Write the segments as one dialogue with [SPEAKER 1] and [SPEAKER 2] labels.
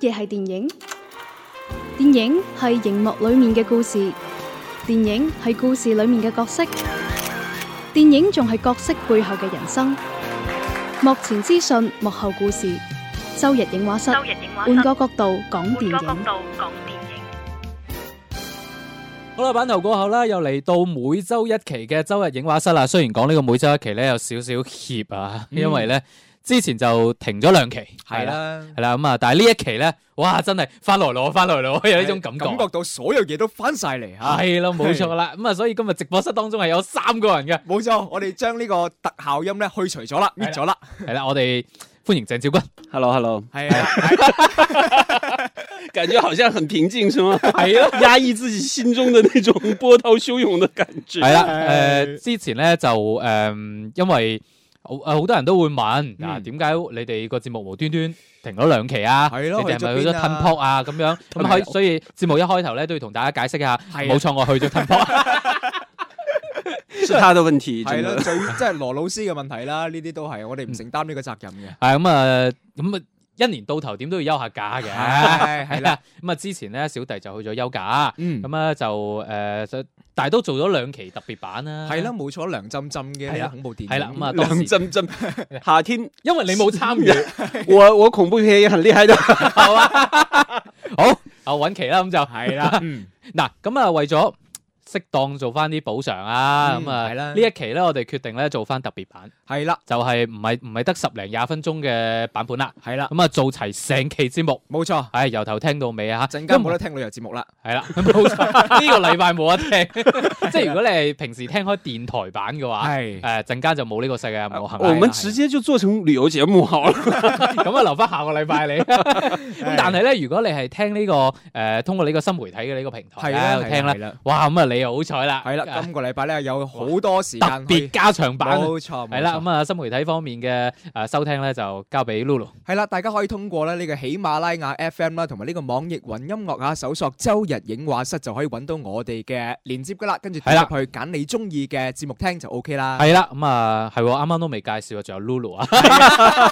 [SPEAKER 1] 嘢係電影？電影係熒幕裡面嘅故事，電影係故事裡面嘅角色，電影仲係角色背後嘅人生。幕前資訊，幕後故事。周日映畫室，
[SPEAKER 2] 周日映畫室
[SPEAKER 1] 換個角度講電
[SPEAKER 2] 換個角
[SPEAKER 1] 影。
[SPEAKER 2] 度講電影。
[SPEAKER 3] 好啦，版頭過後啦，又嚟到每周一期嘅周日影畫室啦。雖然講呢個每周一期咧有少少怯啊，
[SPEAKER 4] 嗯
[SPEAKER 3] 因為咧之前就停咗兩期，
[SPEAKER 4] 係啦，
[SPEAKER 3] 係啦咁啊，但係呢一期咧，哇，真係翻來攞翻來攞，有呢種感覺。
[SPEAKER 4] 感覺到所有嘢都翻晒嚟嚇。
[SPEAKER 3] 係啦，冇錯啦。咁啊，所以今日直播室當中係有三個人嘅，
[SPEAKER 4] 冇錯，我哋將呢個特效音咧去除咗啦，搣咗啦，
[SPEAKER 3] 係啦，我哋歡迎鄭少君。
[SPEAKER 5] Hello Hello，
[SPEAKER 4] 係啊，
[SPEAKER 5] 感觉好像很平静 是吗？
[SPEAKER 3] 係咯。
[SPEAKER 5] 哎压抑自己心中的那种波涛汹涌的感 觉。
[SPEAKER 3] 係啦，
[SPEAKER 4] 係
[SPEAKER 3] 誒之前咧就誒，因為好誒好多人都會問
[SPEAKER 4] 嗯
[SPEAKER 3] 啊，點解你哋個節目無端端停咗兩期啊？
[SPEAKER 4] 係咯
[SPEAKER 3] 你哋係咪
[SPEAKER 4] 去
[SPEAKER 3] 去
[SPEAKER 4] 咗
[SPEAKER 3] 咗
[SPEAKER 4] 邊啊
[SPEAKER 3] 吞泡啊？咁樣咁
[SPEAKER 4] 同埋
[SPEAKER 3] 可以，所以節目一開頭咧都要同大家解釋一下，
[SPEAKER 4] 係啊
[SPEAKER 3] 冇錯，我去咗吞泡。
[SPEAKER 5] 是他的问题，
[SPEAKER 4] 係
[SPEAKER 5] 真
[SPEAKER 4] 啦，
[SPEAKER 5] 的。
[SPEAKER 4] 最即係羅老師嘅問題啦，呢啲都係我哋唔承擔呢個責 任嘅。
[SPEAKER 3] 係咁啊，咁啊。一年到頭點都要休下假嘅，
[SPEAKER 4] 係 係啦。
[SPEAKER 3] 咁啊，之前咧小弟就去咗休假，
[SPEAKER 4] 嗯，
[SPEAKER 3] 咁咧就誒，就但係都做咗兩期特別版啦。
[SPEAKER 4] 係啦，，冇錯，涼浸浸嘅
[SPEAKER 3] 係啊
[SPEAKER 4] 呢
[SPEAKER 3] 啦
[SPEAKER 4] 個恐怖電影。
[SPEAKER 3] 係啦，咁啊，當
[SPEAKER 5] 冷
[SPEAKER 3] 時
[SPEAKER 5] 真 真，夏天，
[SPEAKER 3] 因為你冇參 與，
[SPEAKER 5] 我我恐怖片也很厉害的。
[SPEAKER 3] 係嘛？好，啊揾期啦，咁就係啦。
[SPEAKER 4] 嗯，
[SPEAKER 3] 嗱，咁啊，為咗適當做翻啲補償啊，
[SPEAKER 4] 嗯
[SPEAKER 3] 咁啊，
[SPEAKER 4] 係啦
[SPEAKER 3] 呢一期咧，我哋決定咧做翻特別版，
[SPEAKER 4] 係啦，
[SPEAKER 3] 就係唔係唔係得十零廿分鐘嘅版本啦，
[SPEAKER 4] 係啦，
[SPEAKER 3] 咁啊做齊成期節目，
[SPEAKER 4] 冇錯。
[SPEAKER 3] 唉，由頭聽到尾啊，
[SPEAKER 4] 陣間
[SPEAKER 3] 因為
[SPEAKER 4] 冇得聽旅遊節目啦，
[SPEAKER 3] 係啦，冇錯， 呢個禮拜冇得聽，即係如果你係平時聽開電台版嘅話，
[SPEAKER 4] 係
[SPEAKER 3] 誒陣間就冇呢個世界冇
[SPEAKER 4] 哦
[SPEAKER 3] 行啦，
[SPEAKER 5] 我们
[SPEAKER 3] 係啦
[SPEAKER 5] 直接就做成旅游节目好了。
[SPEAKER 3] 咁啊留翻下個禮 拜你。咁但係咧，如果你係聽呢個誒通過呢個新媒體嘅呢個平台
[SPEAKER 4] 係
[SPEAKER 3] 咧
[SPEAKER 4] 啦，
[SPEAKER 3] 喺度聽
[SPEAKER 4] 啦
[SPEAKER 3] 咧，，哇咁啊你又好彩啦，
[SPEAKER 4] 係啦，
[SPEAKER 3] 啊
[SPEAKER 4] 今個禮拜咧有好多時
[SPEAKER 3] 特
[SPEAKER 4] 間去
[SPEAKER 3] 別加長版。
[SPEAKER 4] 冇錯，
[SPEAKER 3] 係啦，
[SPEAKER 4] 冇錯，
[SPEAKER 3] 咁啊，新媒體方面嘅誒收聽咧，就交俾 Lulu。
[SPEAKER 4] 係啦，大家可以通過咧呢個喜馬拉雅 FM 啦，同埋呢個網易雲音樂啊，搜索周日影畫室就可以揾到我哋嘅連接噶啦，跟住
[SPEAKER 3] 係
[SPEAKER 4] 點
[SPEAKER 3] 啦
[SPEAKER 4] 入去揀你中意嘅節目聽就 OK 啦。
[SPEAKER 3] 係啦，咁啊，係喎，啱啱都未介紹啊，仲有 Lulu 啊，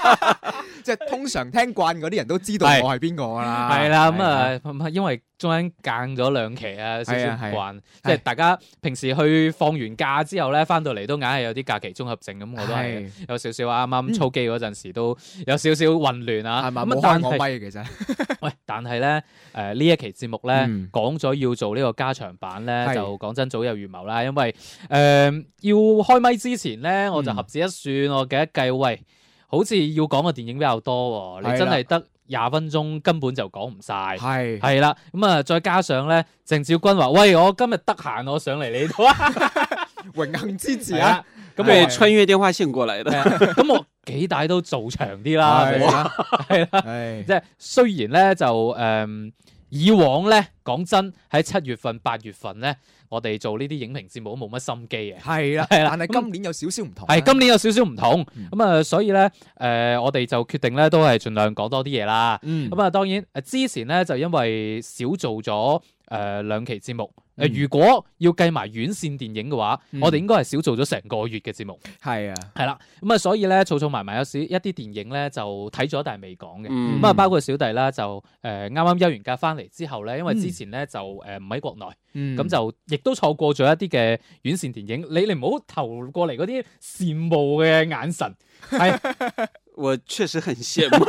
[SPEAKER 4] 即係通常聽慣嗰啲人都知道
[SPEAKER 3] 係
[SPEAKER 4] 我係邊個㗎啦。
[SPEAKER 3] 係啦，咁
[SPEAKER 4] 係，
[SPEAKER 3] 啊咁啊，因為中間間咗兩期啊，少少
[SPEAKER 4] 係啊
[SPEAKER 3] 唔
[SPEAKER 4] 係
[SPEAKER 3] 慣，即係大家平時去放完假之後咧，翻到嚟都硬係有啲假期綜合症咁，我都係
[SPEAKER 4] 係
[SPEAKER 3] 有少少啊啱
[SPEAKER 4] 嗯
[SPEAKER 3] 啱操機嗰陣時都有少少混亂啊，
[SPEAKER 4] 係咪
[SPEAKER 3] 咁
[SPEAKER 4] 冇
[SPEAKER 3] 啊但
[SPEAKER 4] 開我
[SPEAKER 3] 係
[SPEAKER 4] 咪其實
[SPEAKER 3] 喂，但係咧，誒、呢一期節目咧
[SPEAKER 4] 嗯
[SPEAKER 3] 講咗要做呢個加長版咧，
[SPEAKER 4] 係
[SPEAKER 3] 就講真早有預謀啦，因為誒、呃要開咪之前咧，我就
[SPEAKER 4] 嗯
[SPEAKER 3] 合指一算，我計一計，喂，好似要講嘅電影比較多喎、
[SPEAKER 4] 係啦
[SPEAKER 3] 你真係得廿分鐘根本就講唔晒。
[SPEAKER 4] 係
[SPEAKER 3] 係啦，咁啊，再加上咧，鄭少君話：喂，我今日得閒，我上嚟你度啊！
[SPEAKER 4] 榮幸之至
[SPEAKER 3] 係
[SPEAKER 4] 啊！
[SPEAKER 3] 啦，咁
[SPEAKER 5] 对，
[SPEAKER 3] 我
[SPEAKER 5] 穿越電話線過來的。
[SPEAKER 3] 啊咁我幾大都做長啲啦，係咪先
[SPEAKER 4] 啦，
[SPEAKER 3] 係啦。
[SPEAKER 4] 係
[SPEAKER 3] 即係雖然咧就誒、嗯以往咧講真喺七月份八月份咧，我哋做呢啲影評節目都冇乜心機嘅。
[SPEAKER 4] 係啦，
[SPEAKER 3] 係啦
[SPEAKER 4] 但係今年有少少唔同啊。
[SPEAKER 3] 係今年有少少唔同，
[SPEAKER 4] 嗯
[SPEAKER 3] 咁啊、所以咧，誒、我哋就決定咧，都係盡量講多啲嘢啦。
[SPEAKER 4] 嗯
[SPEAKER 3] 咁啊、當然，誒之前咧就因為少做咗誒、呃兩期節目，誒、
[SPEAKER 4] 嗯
[SPEAKER 3] 如果要計埋院線電影嘅話，
[SPEAKER 4] 嗯
[SPEAKER 3] 我哋應該係少做咗成個月嘅節目，
[SPEAKER 4] 係啊，
[SPEAKER 3] 係啦。咁啊，所以咧，儲儲埋埋有少一啲電影咧就睇咗，但係未講嘅。
[SPEAKER 5] 嗯
[SPEAKER 3] 咁啊，包括小弟啦，就呃誒啱啱休完假翻嚟之後咧，因為之前咧就誒呃唔喺國內，咁、
[SPEAKER 4] 咁
[SPEAKER 3] 就亦都錯過咗一啲嘅院線電影。你你唔好投過嚟嗰啲羨慕嘅眼 神，係
[SPEAKER 5] 我确实很羡 慕，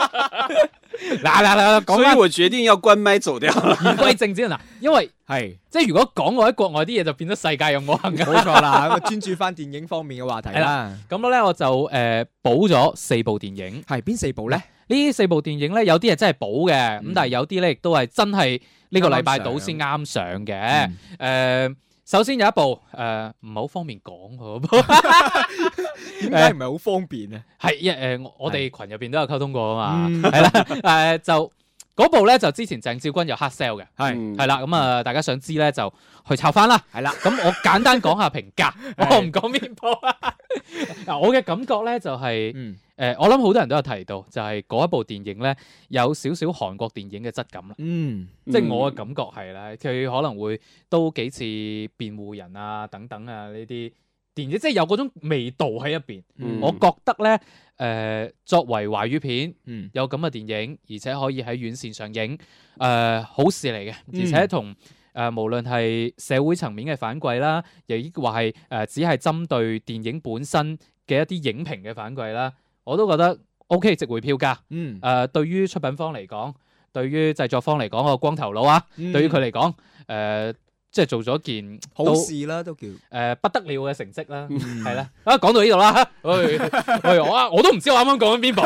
[SPEAKER 3] 嗱嗱嗱，講
[SPEAKER 5] 所以
[SPEAKER 3] 翻
[SPEAKER 5] 我决定要關麥走 掉了。
[SPEAKER 3] 言歸正傳嗱，因為
[SPEAKER 4] 係
[SPEAKER 3] 即係如果講我喺國外啲嘢，就變咗世界任我行噶。
[SPEAKER 4] 冇錯啦。咁啊，專注翻電影方面嘅話題
[SPEAKER 3] 係
[SPEAKER 4] 啦。
[SPEAKER 3] 咁咧，我就誒、呃、補咗四部電影。
[SPEAKER 4] 係邊四部咧？
[SPEAKER 3] 呢四部電影咧，有啲係真係補嘅，咁、
[SPEAKER 4] 嗯
[SPEAKER 3] 但係有啲咧亦都係真係呢個禮拜
[SPEAKER 4] 啱啱
[SPEAKER 3] 到
[SPEAKER 4] 上
[SPEAKER 3] 先啱上嘅。
[SPEAKER 4] 嗯
[SPEAKER 3] 誒、首先有一部誒唔係好方便講喎，
[SPEAKER 4] 點
[SPEAKER 3] 哎
[SPEAKER 4] 解唔係好方便啊？
[SPEAKER 3] 係一誒呃我我哋群入邊都有溝通過啊
[SPEAKER 4] 嗯
[SPEAKER 3] 嘛，係啦 誒就嗰部咧就之前鄭少君有黑 sell 嘅，
[SPEAKER 4] 係
[SPEAKER 3] 係啦咁
[SPEAKER 4] 嗯
[SPEAKER 3] 啊大家想知咧就去抄翻啦，
[SPEAKER 4] 係啦，
[SPEAKER 3] 咁我簡單講下評價，
[SPEAKER 4] 係
[SPEAKER 3] 我唔講邊部啊。嗱我嘅感覺咧就係、
[SPEAKER 4] 嗯，
[SPEAKER 3] 誒我諗好多人都有提到，就係、嗰一部電影咧有少少韓國電影嘅質感啦。
[SPEAKER 4] 嗯，
[SPEAKER 3] 即係我嘅感覺係啦，佢可能會都幾似辯護人啊等等啊呢啲電影，即係有嗰種味道喺入邊。
[SPEAKER 5] 嗯
[SPEAKER 3] 我覺得咧，誒、作為華語片
[SPEAKER 4] 嗯
[SPEAKER 3] 有咁嘅電影，而且可以喺院線上映，誒、呃好事嚟嘅，
[SPEAKER 4] 嗯
[SPEAKER 3] 而且同。誒、無論係社會層面嘅反饋啦，亦或係誒只係針對電影本身嘅一啲影評嘅反饋啦，我都覺得 O.K. 值回票價。
[SPEAKER 4] 嗯
[SPEAKER 3] 誒、，對於出品方嚟講，對於製作方嚟講，個光頭佬啊，
[SPEAKER 4] 嗯
[SPEAKER 3] 對於佢嚟講，誒、呃即係做咗件
[SPEAKER 4] 好
[SPEAKER 3] 都
[SPEAKER 4] 事啦，都叫
[SPEAKER 3] 誒呃不得了嘅成績啦，
[SPEAKER 5] 嗯
[SPEAKER 3] 係
[SPEAKER 4] 係，
[SPEAKER 3] 啦。啊，講到呢度 啦，
[SPEAKER 5] 哎
[SPEAKER 3] 喂喂，我啊我都唔知我啱啱講緊邊部，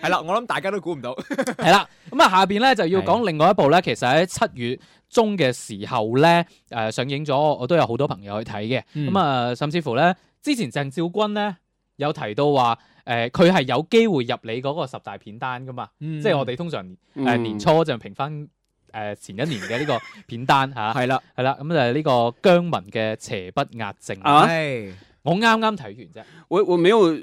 [SPEAKER 4] 係啦，我諗大家都估唔到，
[SPEAKER 3] 係啦。咁啊，下邊咧就要講另外一部咧，其實喺七月中嘅時候咧，誒、上映咗，我都有好多朋友去睇嘅。
[SPEAKER 5] 嗯
[SPEAKER 3] 咁
[SPEAKER 4] 啊，
[SPEAKER 3] 啊、甚至乎咧，之前鄭照君咧有提到話，誒佢係有機會入你嗰個十大片單噶嘛，
[SPEAKER 4] 即
[SPEAKER 3] 嗯即係我哋通常。誒、年
[SPEAKER 5] 嗯
[SPEAKER 3] 初就評翻誒前一年嘅呢個片單 嚇，
[SPEAKER 4] 係啦，
[SPEAKER 3] 係啦，咁就係呢個姜文嘅《邪不壓正》
[SPEAKER 5] 啊
[SPEAKER 4] 係
[SPEAKER 3] 我啱啱睇完啫，
[SPEAKER 5] 我我没有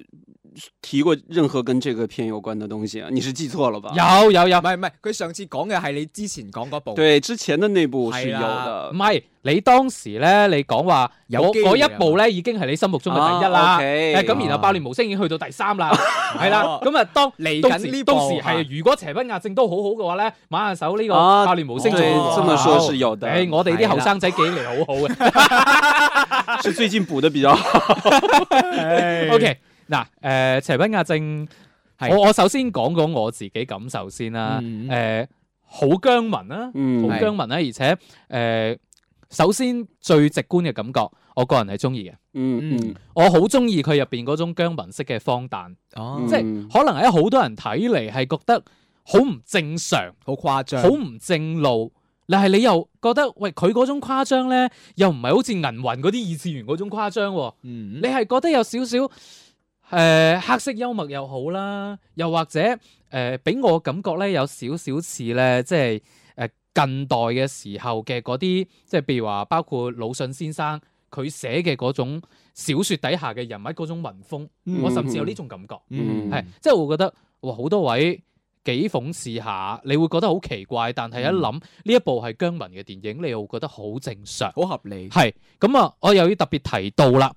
[SPEAKER 5] 提过任何跟这个片有关的东西，啊，你是记错了吧？
[SPEAKER 3] 有有有
[SPEAKER 4] 唔，係唔係，佢上次講嘅係你之前講嗰部，
[SPEAKER 5] 对，之前的那部是
[SPEAKER 4] 是
[SPEAKER 5] 有
[SPEAKER 4] 啦
[SPEAKER 5] 的
[SPEAKER 3] 唔。係你當時咧，你講話
[SPEAKER 4] 有
[SPEAKER 3] 嗰
[SPEAKER 4] 機
[SPEAKER 3] 嗰
[SPEAKER 4] 會
[SPEAKER 3] 一部咧已經係你心目中嘅第一啦。
[SPEAKER 5] 啊
[SPEAKER 3] 誒
[SPEAKER 5] Ờ, OK
[SPEAKER 3] 咁，然後《
[SPEAKER 4] 啊
[SPEAKER 3] 爆裂無聲》已經去到第三 啦，係啦。
[SPEAKER 4] 哦
[SPEAKER 3] 咁啊，當
[SPEAKER 4] 嚟
[SPEAKER 3] 當
[SPEAKER 4] 緊
[SPEAKER 3] 時
[SPEAKER 4] 呢部
[SPEAKER 3] 當時
[SPEAKER 4] 啊
[SPEAKER 3] 係如果邪不壓正都好好嘅話咧，馬下手呢個
[SPEAKER 5] 啊
[SPEAKER 3] 《爆裂無聲》哎
[SPEAKER 5] 对，
[SPEAKER 3] 仲好
[SPEAKER 5] 这么说是有的，
[SPEAKER 3] 誒，我哋啲後生仔記憶力好好嘅。
[SPEAKER 5] 是最近补的比较好。
[SPEAKER 4] 啊
[SPEAKER 3] O K，嗱，誒邪不壓正，
[SPEAKER 4] 係
[SPEAKER 3] 我我首先講講我自己感受先啦。
[SPEAKER 4] 嗯
[SPEAKER 3] 誒，好姜文啦，
[SPEAKER 5] 嗯
[SPEAKER 3] 好姜文啦，而且誒，首先最直觀嘅感覺，我個人係中意嘅。
[SPEAKER 5] 嗯嗯，
[SPEAKER 3] 我好中意佢入邊嗰種姜文式嘅荒誕，
[SPEAKER 4] 哦，
[SPEAKER 3] 即
[SPEAKER 4] 即係
[SPEAKER 3] 係可能喺好多人睇嚟係覺得好唔正常，
[SPEAKER 4] 好誇張，
[SPEAKER 3] 好唔正路。但係你又覺得喂佢嗰種誇張咧，又唔係好似銀魂嗰啲二次元嗰種誇張喎。
[SPEAKER 4] 嗯
[SPEAKER 3] 你係覺得有少少誒黑色幽默又好啦，又或者誒呃俾、我感覺咧有少少似咧，即係誒、呃近代嘅時候嘅嗰啲，即係譬如話包括魯迅先生佢寫嘅嗰種小説底下嘅人物嗰種文風，
[SPEAKER 4] 嗯
[SPEAKER 3] 我甚至有呢種感覺，
[SPEAKER 5] 嗯
[SPEAKER 3] 係即係我會覺得哇好多位。幾諷刺下，你會覺得好奇怪，但係一諗呢、一部係姜文嘅電影，你又會覺得好正常。
[SPEAKER 4] 好合理，
[SPEAKER 3] 係咁啊，我又要特別提到啦。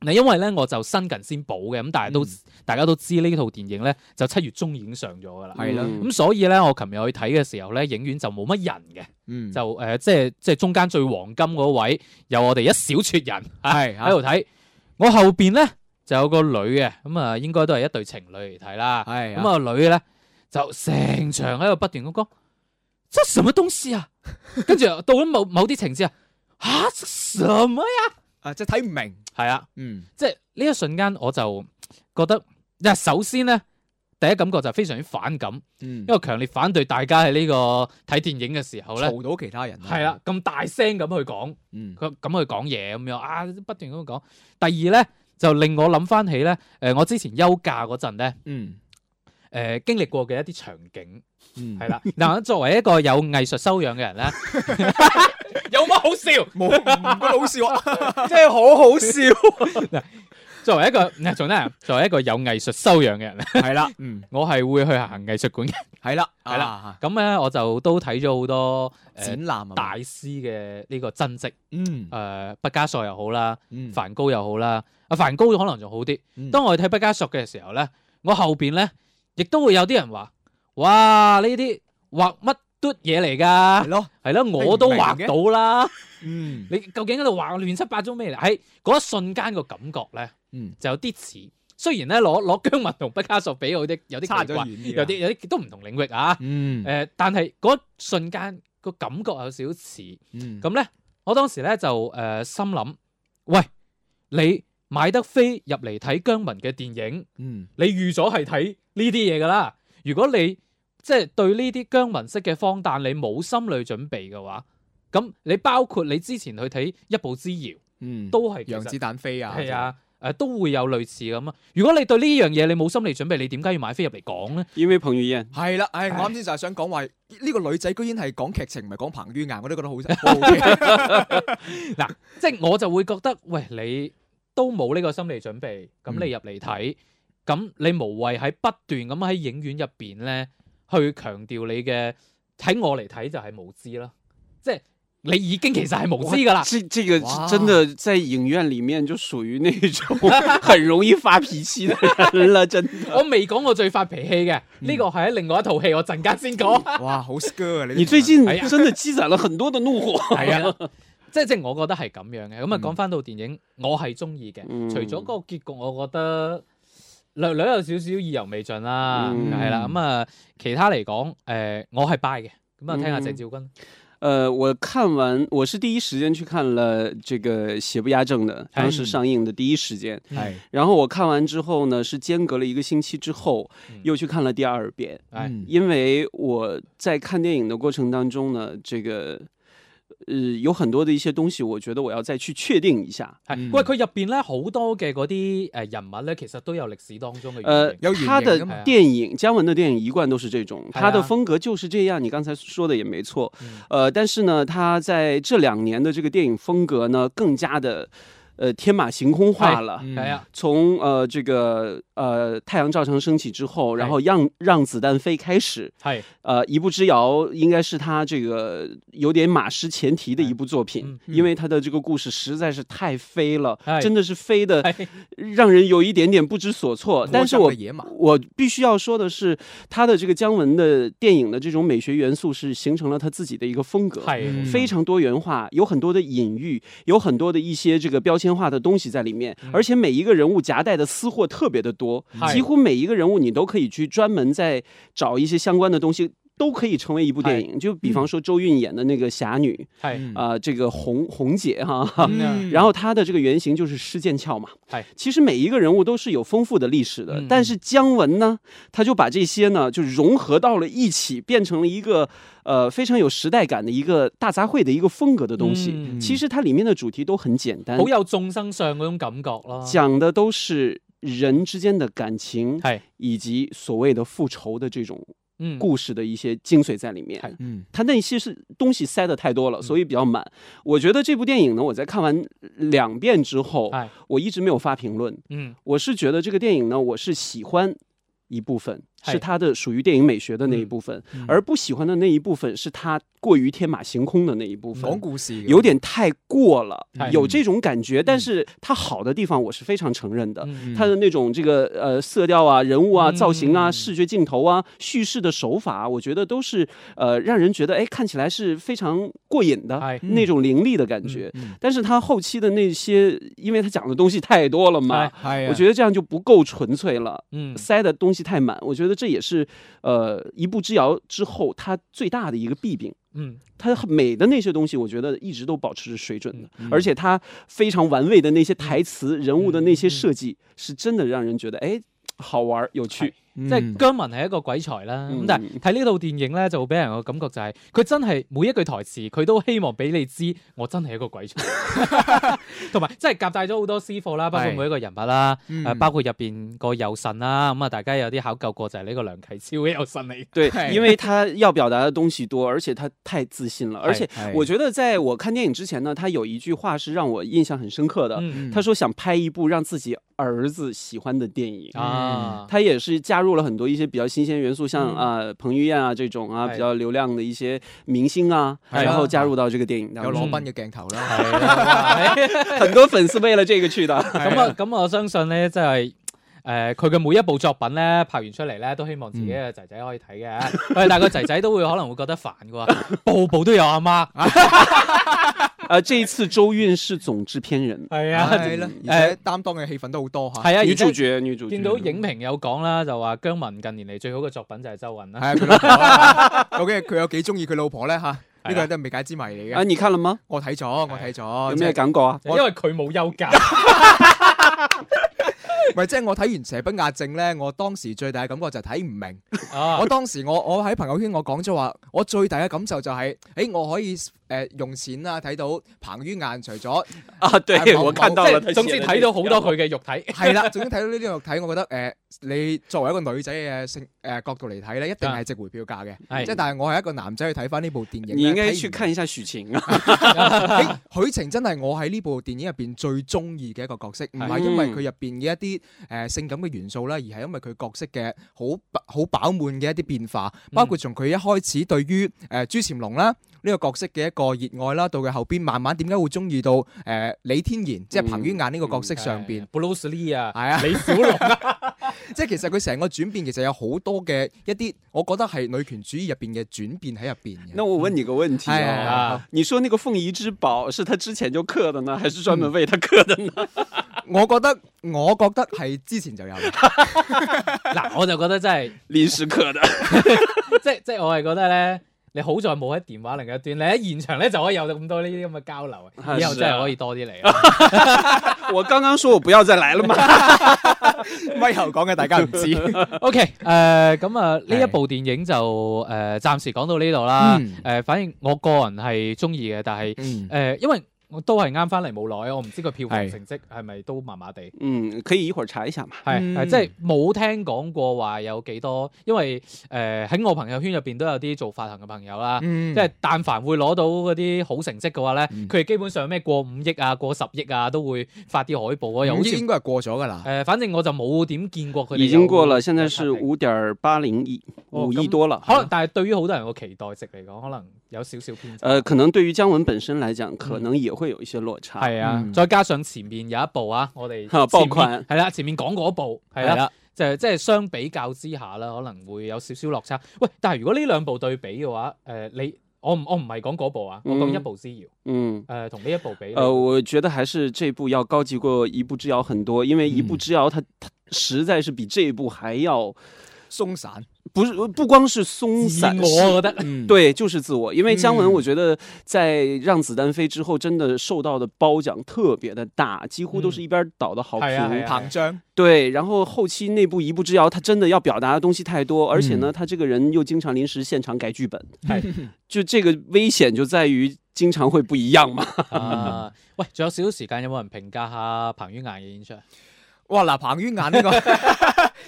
[SPEAKER 3] 嗱，因為咧我就新近先補嘅，咁但係都、
[SPEAKER 4] 嗯
[SPEAKER 3] 大家都知呢套電影咧就七月中已經上咗噶啦。
[SPEAKER 4] 係啦
[SPEAKER 5] 嗯
[SPEAKER 3] 咁所以咧，我琴日去睇嘅時候咧，影院就冇乜人嘅，
[SPEAKER 4] 嗯
[SPEAKER 3] 就誒、呃即係即係中間最黃金嗰位，有我哋一小撮人啊
[SPEAKER 4] 係
[SPEAKER 3] 喺度睇。我後邊咧就有個女嘅，咁啊應該都係一對情侶嚟睇啦。
[SPEAKER 4] 係
[SPEAKER 3] 咁啊女咧就成場喺度不斷咁講，這什麼東西啊？ 跟住到咗某某啲情節啊，吓這什麼呀？
[SPEAKER 4] 啊，即係睇唔明，
[SPEAKER 3] 係啊，
[SPEAKER 4] 嗯
[SPEAKER 3] 即係呢一瞬間我就覺得，嗱首先咧。第一感覺就非常之反感，
[SPEAKER 4] 嗯
[SPEAKER 3] 因，為強烈反對大家喺呢個睇電影嘅時候咧，
[SPEAKER 4] 嘈到其他人，啊
[SPEAKER 3] 係啦，咁大聲咁去講，
[SPEAKER 4] 嗯，
[SPEAKER 3] 佢咁去講嘢咁樣啊，不斷咁講。第二咧就令我諗翻起咧，誒、我之前休假嗰呃陣咧，誒、
[SPEAKER 4] 嗯
[SPEAKER 3] 經歷過嘅一啲場景，
[SPEAKER 4] 嗯，
[SPEAKER 3] 係啦。嗱，作為一個有藝術修養嘅人 咧，有乜好笑？
[SPEAKER 4] 冇唔覺得好笑啊，
[SPEAKER 5] 真系好好笑。
[SPEAKER 3] 作為一個，嗱仲咧，作為一個有藝術修養嘅人咧，
[SPEAKER 4] 係啦，嗯
[SPEAKER 3] 我係會去行藝術館嘅。
[SPEAKER 4] 係啦啊
[SPEAKER 3] 係啦啊
[SPEAKER 4] 啦，
[SPEAKER 3] 咁咧，我就都睇咗好多誒、
[SPEAKER 4] 展覽啊
[SPEAKER 3] 大師嘅呢個真跡，誒、
[SPEAKER 4] 嗯
[SPEAKER 3] 畢加索又好啦，
[SPEAKER 4] 嗯
[SPEAKER 3] 梵高又好啦，啊梵高可能仲好啲。
[SPEAKER 4] 嗯
[SPEAKER 3] 當我哋睇畢加索嘅時候咧，我後邊咧亦都會有啲人話：，哇！呢啲畫乜嘟嘢嚟
[SPEAKER 4] 係
[SPEAKER 3] 㗎？
[SPEAKER 4] 咯，
[SPEAKER 3] 係咯，我都畫到啦。
[SPEAKER 4] 嗯
[SPEAKER 3] 你究竟喺度畫亂七八糟咩嚟？喺嗰一瞬間個感覺咧，
[SPEAKER 4] 嗯
[SPEAKER 3] 就有啲似。雖然咧攞攞姜文同畢加索比，有啲有啲
[SPEAKER 4] 差
[SPEAKER 3] 奇
[SPEAKER 4] 咗
[SPEAKER 3] 怪
[SPEAKER 4] 遠，啲啊，
[SPEAKER 3] 有啲有啲都唔同領域啊。誒、
[SPEAKER 4] 嗯
[SPEAKER 3] 但係嗰一瞬間個感覺有少少似。
[SPEAKER 4] 嗯
[SPEAKER 3] 咁咧，我當時咧就誒、呃心諗：，喂，你買得飛入嚟睇姜文嘅電影？
[SPEAKER 4] 嗯
[SPEAKER 3] 你預咗係睇呢啲嘢㗎啦。如果你即係對呢啲姜文式嘅荒誕，你冇心理準備嘅話，咁你包括你之前去睇《一步之遙》
[SPEAKER 4] 嗯
[SPEAKER 3] 都係其
[SPEAKER 4] 楊子
[SPEAKER 3] 實
[SPEAKER 4] 彈飛啊，
[SPEAKER 3] 係，啊，誒都會有類似咁啊。如果你對呢樣嘢你冇心理準備，你點解要買飛入嚟講咧？
[SPEAKER 5] 因为彭于晏，
[SPEAKER 4] 係啦，唉，我啱先就係想講話呢個女仔居然係講劇情，唔係講彭于晏，我都覺得好好好嘅，
[SPEAKER 3] 即係我就會覺得，喂，你都冇呢個心理準備，咁你入嚟睇，咁、你無謂喺不斷咁喺影院入邊咧，去強調你嘅，睇我嚟睇就係無知啦，即係你已經其實係無知 㗎啦。
[SPEAKER 5] 这这个
[SPEAKER 4] 哇
[SPEAKER 5] 真的在影院里面就属于那种很容易发脾气的人 了，真的。
[SPEAKER 3] 我未講我最發脾氣嘅，呢個係喺另外一套戲，我陣間先講。
[SPEAKER 4] 哇，好 scar 啊！你
[SPEAKER 5] 你最近
[SPEAKER 3] 哎呀
[SPEAKER 5] 真的积攒了很多的怒火。
[SPEAKER 3] 係啊，即係即係我覺得係咁樣嘅。咁啊，
[SPEAKER 4] 嗯
[SPEAKER 3] 講翻到電影，我係中意嘅。
[SPEAKER 5] 嗯
[SPEAKER 3] 除咗個結局，我覺得略略有少少意猶未盡啦，
[SPEAKER 5] 嗯
[SPEAKER 3] 係啦。咁啊，其他嚟講，誒，我係 buy 嘅。咁啊，聽下
[SPEAKER 5] 嗯
[SPEAKER 3] 謝兆君。
[SPEAKER 5] 呃，我看完，我是第一时间去看了这个《邪不压正》的，
[SPEAKER 3] 哎
[SPEAKER 5] 当时
[SPEAKER 4] 嗯
[SPEAKER 5] 上映的第一时间。
[SPEAKER 4] 系
[SPEAKER 5] 然后我看完之后呢，是间隔了一个星期之后
[SPEAKER 3] 嗯，
[SPEAKER 5] 又去看了第二遍。
[SPEAKER 3] 係
[SPEAKER 4] 嗯
[SPEAKER 5] 因为我在看电影的过程当中呢，这个呃有很多的一些东西，我觉得我要再去确定一下。
[SPEAKER 3] 係
[SPEAKER 4] 嗯
[SPEAKER 3] 喂，佢入邊咧好多嘅嗰啲誒人物咧，其實都有歷史當中嘅原
[SPEAKER 5] 呃
[SPEAKER 3] 型。
[SPEAKER 4] 有，原
[SPEAKER 5] 他
[SPEAKER 4] 型的嘛啊
[SPEAKER 5] 的电影，姜文的电影一贯都是这种，
[SPEAKER 3] 哎呀
[SPEAKER 5] 他的风格就是这样。你刚才说的也没错，
[SPEAKER 3] 嗯
[SPEAKER 5] 呃，但是呢，他在这两年的这个电影风格呢，更加的呃天马行空化了。
[SPEAKER 4] 嗯
[SPEAKER 3] 係啊，
[SPEAKER 5] 从呃这个呃太阳照常升起之
[SPEAKER 4] 哎
[SPEAKER 5] 后，然后让让子弹飞开始，
[SPEAKER 3] 係
[SPEAKER 5] 呃，一步之遥应该是他这个有点马失前蹄的一部作品，
[SPEAKER 3] 嗯
[SPEAKER 5] 因为他的这个故事实在是太飞了，
[SPEAKER 3] 哎
[SPEAKER 5] 真的是飞的
[SPEAKER 3] 係
[SPEAKER 5] 让人有一点点不知所措。但是
[SPEAKER 4] 脱缰
[SPEAKER 5] 我
[SPEAKER 4] 的野马
[SPEAKER 5] 我必须要说的是，他的这个姜文的电影的这种美学元素是形成了他自己的一个风格。
[SPEAKER 3] 係
[SPEAKER 4] 嗯
[SPEAKER 5] 非常多元化，有很多的隐喻，有很多的一些这个标签化的东西在里面，
[SPEAKER 3] 嗯
[SPEAKER 5] 而且每一个人物夹带的私货特别的多，
[SPEAKER 3] 嗨
[SPEAKER 5] 几乎每一个人物你都可以去专门再找一些相关的东西。都可以成为一部电
[SPEAKER 3] 哎
[SPEAKER 5] 影，就比方说周韵演的那个侠女
[SPEAKER 3] 係
[SPEAKER 5] 啊、这个红红姐哈、
[SPEAKER 4] 嗯
[SPEAKER 5] 然后她的这个原型就是施剑翘嘛。
[SPEAKER 3] 嗨
[SPEAKER 5] 其实每一个人物都是有丰富的历史的，
[SPEAKER 3] 哎嗯
[SPEAKER 5] 但是姜文呢，他就把这些呢就融合到了一起，变成了一个呃非常有时代感的一个大杂烩的一个风格的东西。
[SPEAKER 3] 嗯
[SPEAKER 5] 其实它里面的主题都很简单，
[SPEAKER 3] 好有眾生相嗰種感覺咯。
[SPEAKER 5] 讲的都是人之间的感情，
[SPEAKER 3] 係
[SPEAKER 5] 以及所谓的复仇的这种
[SPEAKER 3] 嗯
[SPEAKER 5] 故事的一些精髓在里面。
[SPEAKER 3] 嗨嗯
[SPEAKER 4] 嗯
[SPEAKER 5] 他那些是东西塞得太多了，所以比较满。我觉得这部电影呢，我在看完两遍之后，
[SPEAKER 3] 係
[SPEAKER 5] 我一直没有发评论。
[SPEAKER 3] 嗯
[SPEAKER 5] 我是觉得这个电影呢，我是喜欢一部分，
[SPEAKER 3] 嗨
[SPEAKER 5] 是它的属于电影美学的那一部分，
[SPEAKER 4] 嗯
[SPEAKER 5] 而不喜欢的那一部分是它过于天马行空的那一部
[SPEAKER 4] 讲
[SPEAKER 5] 分。
[SPEAKER 4] 故事嘅
[SPEAKER 5] 有点太过了
[SPEAKER 3] 嗨，
[SPEAKER 5] 有这种感觉，但是它好的地方我是非常承认的。
[SPEAKER 3] 嗯
[SPEAKER 5] 它的那种这个呃色调啊、人物啊、
[SPEAKER 3] 嗯
[SPEAKER 5] 造型啊、视觉镜头啊、叙事的手法、啊，我觉得都是呃让人觉得哎看起来是非常过瘾的
[SPEAKER 3] 哎
[SPEAKER 5] 那种凌厉的感觉。
[SPEAKER 4] 嗯嗯
[SPEAKER 5] 但是它后期的那些，因为它讲的东西太多了嘛，
[SPEAKER 3] 哎
[SPEAKER 4] 系啊，
[SPEAKER 5] 我觉得这样就不够纯粹了。
[SPEAKER 3] 嗯
[SPEAKER 5] 塞的东西太满，我觉得这也是呃一步之遥之后它最大的一个弊病。
[SPEAKER 3] 嗯
[SPEAKER 5] 它美的那些东西，我觉得一直都保持着水准的，
[SPEAKER 4] 嗯
[SPEAKER 5] 而且它非常玩味的那些台词、人物的那
[SPEAKER 4] 嗯
[SPEAKER 5] 些设计，是真的让人觉得哎好玩儿有趣。
[SPEAKER 4] 即
[SPEAKER 3] 即係姜文係一個鬼才啦，咁
[SPEAKER 5] 嗯
[SPEAKER 3] 但係睇呢套電影咧，就俾人個感覺就係佢真係每一句台詞，佢都希望俾你知我真係一個鬼才，同埋真係夾帶咗好多私貨啦，包括
[SPEAKER 4] 係
[SPEAKER 3] 每一個人物啦，
[SPEAKER 4] 嗯
[SPEAKER 3] 誒包括入邊個右腎啦，咁啊大家有啲考究過就係呢個梁啟超嘅右腎嚟，
[SPEAKER 5] 对
[SPEAKER 4] 嗨，
[SPEAKER 5] 因为他要表达的东西多，而且他太自信了。而且
[SPEAKER 4] 嗨
[SPEAKER 5] 我觉得，在我看电影之前呢，他有一句话是让我印象很深刻的。
[SPEAKER 3] 嗯
[SPEAKER 5] 他说想拍一部让自己儿子喜欢的电影。
[SPEAKER 3] 啊，
[SPEAKER 5] 他也是加入了很多一些比较新鲜元素，像
[SPEAKER 3] 嗯
[SPEAKER 5] 啊、呃彭于晏啊这种啊
[SPEAKER 3] 哎
[SPEAKER 5] 比较流量的一些明星啊，
[SPEAKER 4] 哎
[SPEAKER 5] 然后
[SPEAKER 4] 呀
[SPEAKER 5] 加入到这个电影当
[SPEAKER 4] 有
[SPEAKER 5] 中。
[SPEAKER 4] 裸奔嘅镜头啦，
[SPEAKER 3] 係啊啦係
[SPEAKER 5] 很多粉丝为了这个去的。
[SPEAKER 3] 咁啊，咁我相信咧，即係誒佢嘅每一部作品咧，拍完出嚟咧，都希望自己嘅仔仔可以睇嘅。喂，但係個仔仔都會可能會覺得煩嘅喎，部部都有阿媽，
[SPEAKER 5] 呃，这一次周韵是总制片人，
[SPEAKER 3] 係
[SPEAKER 4] 系啦，而且担当嘅戏份都好多吓，系
[SPEAKER 3] 係啊，而
[SPEAKER 5] 女主
[SPEAKER 3] 且
[SPEAKER 5] 角，女主角。
[SPEAKER 3] 見到影評有講啦，就話姜文近年嚟最好嘅作品就係周韻 啦。
[SPEAKER 4] 啊，佢老
[SPEAKER 5] 啊
[SPEAKER 4] 婆究竟佢有几中意佢老婆咧吓？呢
[SPEAKER 3] 係啊
[SPEAKER 4] 个都係未解之谜嚟
[SPEAKER 5] 啊，
[SPEAKER 4] 嘅。
[SPEAKER 5] 你看了吗？
[SPEAKER 4] 我睇咗，我睇咗，
[SPEAKER 5] 有
[SPEAKER 4] 即
[SPEAKER 5] 咩
[SPEAKER 4] 係
[SPEAKER 5] 感觉啊？
[SPEAKER 3] 因為佢冇休 假，
[SPEAKER 4] 唔係，即係我睇完《邪不壓正》咧，我當時最大嘅感覺就係睇唔 明。
[SPEAKER 3] 啊
[SPEAKER 4] 我，當時我我喺朋友圈我講咗話，我最大嘅感受就係、誒我可以誒、呃用錢啦，睇到彭于晏除 咗
[SPEAKER 5] 啊，对
[SPEAKER 4] 哎，
[SPEAKER 5] 我
[SPEAKER 4] 我
[SPEAKER 5] 看
[SPEAKER 3] 即
[SPEAKER 5] 到了。
[SPEAKER 3] 係總之睇到好多佢嘅肉體。
[SPEAKER 4] 係啦，總之睇到呢啲肉體，我覺得誒、呃你作為一個女仔嘅性誒角度嚟睇咧，一
[SPEAKER 5] 啊
[SPEAKER 4] 定係值回票價
[SPEAKER 3] 係
[SPEAKER 4] 嘅。即係但係我係一個男仔去睇翻呢部電影呢，
[SPEAKER 5] 你应该
[SPEAKER 4] 睇唔
[SPEAKER 5] 去
[SPEAKER 4] 明
[SPEAKER 5] 看一下许晴啊。
[SPEAKER 4] 誒許晴真係我喺呢部電影入邊最中意嘅一個角色，唔係因為佢入邊嘅一啲誒、呃性感嘅元素啦，而係因為佢角色嘅嗯好飽好飽滿嘅一啲變化，包括從佢一開始對於誒、呃朱潛龍啦。呢個角色嘅一個熱愛啦，到佢後邊慢慢點解會中意到誒、呃李天然，即係彭于晏呢個角色上邊。
[SPEAKER 3] Bruce Lee 啊，
[SPEAKER 4] 係啊
[SPEAKER 3] 李小龍 啊，
[SPEAKER 4] 即係其實佢成個轉變其實有好多嘅一啲，我覺得係女權主義入邊嘅轉變喺入邊嘅。
[SPEAKER 5] 那我问你个问题
[SPEAKER 4] 哎呀
[SPEAKER 5] 啊、你说那个凤仪之宝是他之前就刻的呢，还是专门为他刻的呢？
[SPEAKER 4] 我覺得我覺得係之前就有嘅，
[SPEAKER 3] 嗱，我就覺得真係，
[SPEAKER 5] 临时刻的。
[SPEAKER 3] 即即我係覺得咧，你好在冇喺電話另一端，你喺現場咧就可以有咁多呢啲咁嘅交流啊，以後真係可以多啲嚟啊。
[SPEAKER 5] 我刚刚说我不要再来了嘛。
[SPEAKER 4] 咪後講嘅大家唔知。
[SPEAKER 3] OK，誒咁啊，呢一部電影就誒、暫時講到呢度啦。誒、
[SPEAKER 4] 嗯
[SPEAKER 3] 反正我個人係中意嘅，但係誒、
[SPEAKER 4] 嗯，
[SPEAKER 3] 因為我都係啱翻嚟冇耐，我唔知佢票房
[SPEAKER 4] 係
[SPEAKER 3] 成績係咪都麻麻地。
[SPEAKER 5] 嗯，可以一会儿查一下嘛。
[SPEAKER 3] 係
[SPEAKER 4] 嗯
[SPEAKER 3] 係即係冇聽講過話有幾多，因為誒喺、我朋友圈入邊都有啲做發行嘅朋友啦。
[SPEAKER 4] 即
[SPEAKER 3] 啊即係但凡會攞到嗰啲好成績嘅話咧，
[SPEAKER 4] 嗯
[SPEAKER 3] 佢哋、基本上咩過五億啊、過十億啊，都會發啲海報啊，又好
[SPEAKER 4] 五
[SPEAKER 3] 似
[SPEAKER 4] 億應該係過咗㗎啦
[SPEAKER 3] 誒、。反正我就冇點見過佢哋有。
[SPEAKER 5] 已经过了，现在是
[SPEAKER 3] 有刷屏
[SPEAKER 5] 五点八零亿，
[SPEAKER 3] 哦
[SPEAKER 5] 五
[SPEAKER 3] 咁
[SPEAKER 5] 亿多了。
[SPEAKER 3] 可能，但係對於好多人個期待值嚟講，可能有少少偏差。
[SPEAKER 5] 呃，可能对于姜文本身来讲，可能也会有一些落差。
[SPEAKER 3] 係啊，
[SPEAKER 4] 嗯
[SPEAKER 3] 再加上前面有一部啊，我哋
[SPEAKER 5] 哈爆款
[SPEAKER 3] 係啦，前面講嗰部係
[SPEAKER 4] 係
[SPEAKER 3] 啦
[SPEAKER 4] 啦，
[SPEAKER 3] 就即係相比較之下啦，可能會有少少落差。喂，但係如果呢兩部對比嘅話，誒、你我唔我唔係講嗰部啊，我講
[SPEAKER 5] 嗯
[SPEAKER 3] 一步之遙，
[SPEAKER 5] 嗯。
[SPEAKER 3] 誒同呢一部比，
[SPEAKER 5] 呃，我觉得还是这部要高级过《一步之遥》很多，因为《一
[SPEAKER 3] 嗯
[SPEAKER 5] 步之遥》它它实在是比这一部还要
[SPEAKER 4] 松散，
[SPEAKER 5] 不是不光是松
[SPEAKER 3] 自
[SPEAKER 5] 散，
[SPEAKER 3] 我我覺 得。
[SPEAKER 4] 嗯，
[SPEAKER 5] 对，就是自我。因为姜文，
[SPEAKER 4] 嗯
[SPEAKER 5] 我觉得在《让子弹飞》之后，真的受到的褒奖特别的大，几乎都是一边倒的好评。
[SPEAKER 3] 嗯系啊系啊
[SPEAKER 4] 膨脹，
[SPEAKER 5] 对，然后后期那部《一步之遥》，他真的要表达的东西太多，而且呢，
[SPEAKER 4] 嗯
[SPEAKER 5] 他这个人又经常临时现场改剧本，
[SPEAKER 3] 系
[SPEAKER 5] 就这个危险就在于经常会不一 样嘛。
[SPEAKER 3] 啊，喂，仲有少少時間，有冇人評價下彭于晏嘅演出？
[SPEAKER 4] 哇！嗱，彭于晏呢個